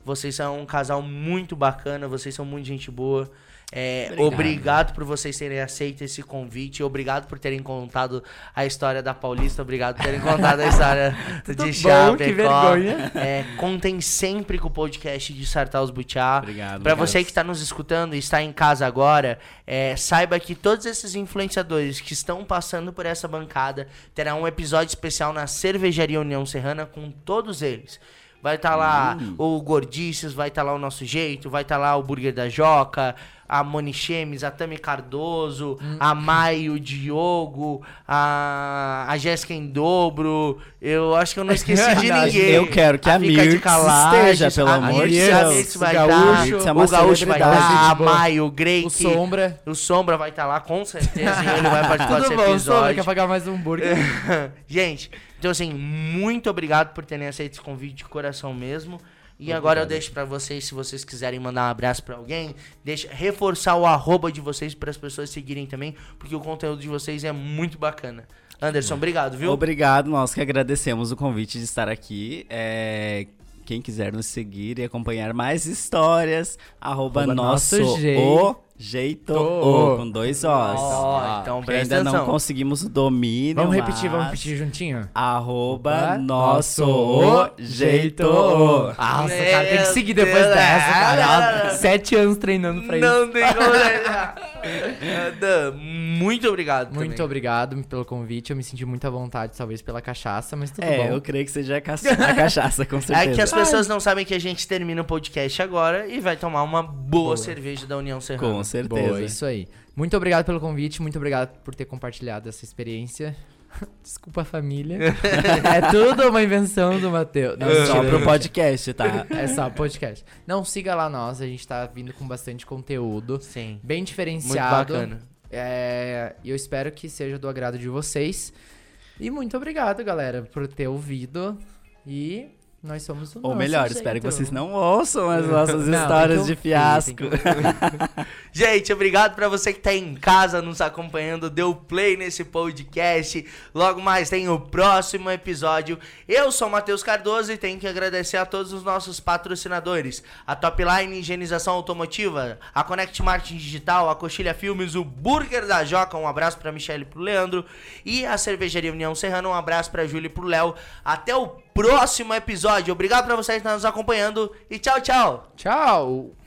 S2: Vocês são um casal muito bacana, vocês são muito gente boa. É, obrigado.
S3: Obrigado.
S2: por vocês terem aceito esse convite. Obrigado por terem contado a história da Paulista. Obrigado por terem contado a história
S3: bom,
S2: de
S3: que
S2: Chapecó.
S3: vergonha.
S2: É, contem sempre com o podcast de Sartar os Butiá.
S4: Obrigado.
S2: Pra
S4: obrigado.
S2: você que está nos escutando e está em casa agora, é, saiba que todos esses influenciadores que estão passando por essa bancada terá um episódio especial na Cervejaria União Serrana com todos eles. Vai estar lá
S4: Hum.
S2: o Gordices, vai estar lá o Nosso Jeito, vai estar lá o Burger da Joca, a Moni Chemes, a Tami Cardoso,
S4: Hum.
S2: a Mai, o Diogo, a, a Jéssica em dobro. Eu acho que eu não esqueci de
S3: Verdade,
S2: ninguém.
S4: É
S2: Ah,
S4: eu quero que a
S2: Fica de
S4: Mirtz
S2: Calages,
S4: esteja, pelo
S2: a
S4: amor de
S2: Mirtz, A
S4: Deus.
S2: Mirtz
S3: O
S2: vai
S3: Gaúcho,
S2: estar,
S4: Mirtz é uma
S2: o Gaúcho vai
S4: celebridade.
S2: estar, a
S3: Gente boa.
S2: Mai, o Grey,
S3: O
S2: que-
S3: Sombra.
S2: o Sombra vai estar lá com certeza e ele vai participar desse
S3: Tudo bom, só quer
S2: episódio.
S3: pagar mais um hambúrguer.
S2: Gente, então assim, muito obrigado por terem aceito esse convite de coração mesmo. E agora eu deixo pra vocês, se vocês quiserem mandar um abraço pra alguém, deixa reforçar o arroba de vocês para as pessoas seguirem também, porque o conteúdo de vocês é muito bacana. Anderson, obrigado, viu?
S4: Obrigado, nós que agradecemos o convite de estar aqui. É, Quem quiser nos seguir e acompanhar mais histórias, arroba,
S3: Arroba
S4: nosso,
S3: nosso jei-
S4: o jeito o, com dois Os.
S2: Ó, então
S4: que
S2: presta
S4: ainda não
S2: atenção.
S4: conseguimos o domínio.
S3: Vamos repetir, vamos
S4: mas-
S3: repetir juntinho?
S4: Arroba
S3: Opa,
S4: nosso o
S3: nosso
S4: jeito.
S3: o.
S4: o.
S3: Nossa, cara, tem que
S2: Meu
S3: seguir depois
S2: Deus.
S3: dessa,
S2: Não, não,
S3: cara.
S2: não.
S3: Sete anos treinando pra isso.
S2: Não tem como deixar. Eh, Dan, muito obrigado.
S3: Muito
S2: também.
S3: obrigado pelo convite. Eu me senti muito à vontade, talvez pela cachaça, mas tudo
S4: É,
S3: bom.
S4: eu creio que seja a caça- a cachaça, com certeza.
S2: É que as pessoas não sabem que a gente termina o podcast agora e vai tomar uma boa, cerveja da União Serrana.
S4: Com certeza.
S3: Boa, isso aí. Muito obrigado pelo convite, muito obrigado por ter compartilhado essa experiência. Desculpa a família. é tudo uma invenção do Matheus. Não,
S2: É,
S4: Só
S3: mentira.
S4: pro podcast, tá?
S3: É só podcast. Não, siga lá nós, a gente tá vindo com bastante conteúdo.
S2: Sim.
S3: Bem
S2: Muito
S3: diferenciado.
S2: bacana.
S3: É, E eu espero que seja do agrado de vocês. E muito obrigado, galera, por ter ouvido. E nós somos o
S4: Ou
S3: nosso
S4: melhor,
S3: jeito.
S4: espero que vocês não ouçam as nossas
S3: então. Não, tem
S4: histórias
S3: que
S4: de
S3: ouvir, tem que
S4: fiasco.
S2: Gente, obrigado pra você que tá em casa nos acompanhando, deu play nesse podcast. Logo mais tem o próximo episódio. Eu sou o Matheus Cardoso e tenho que agradecer a todos os nossos patrocinadores: a Topline Higienização Automotiva, a Connect Marketing Digital, a Coxilha Filmes, o Burger da Joca. Um abraço pra Michelle e pro Leandro. E a Cervejaria União Serrana. Um abraço pra Júlia e pro Léo. tá Até o próximo episódio. Obrigado pra vocês que estão nos acompanhando e tchau, tchau.
S3: Tchau!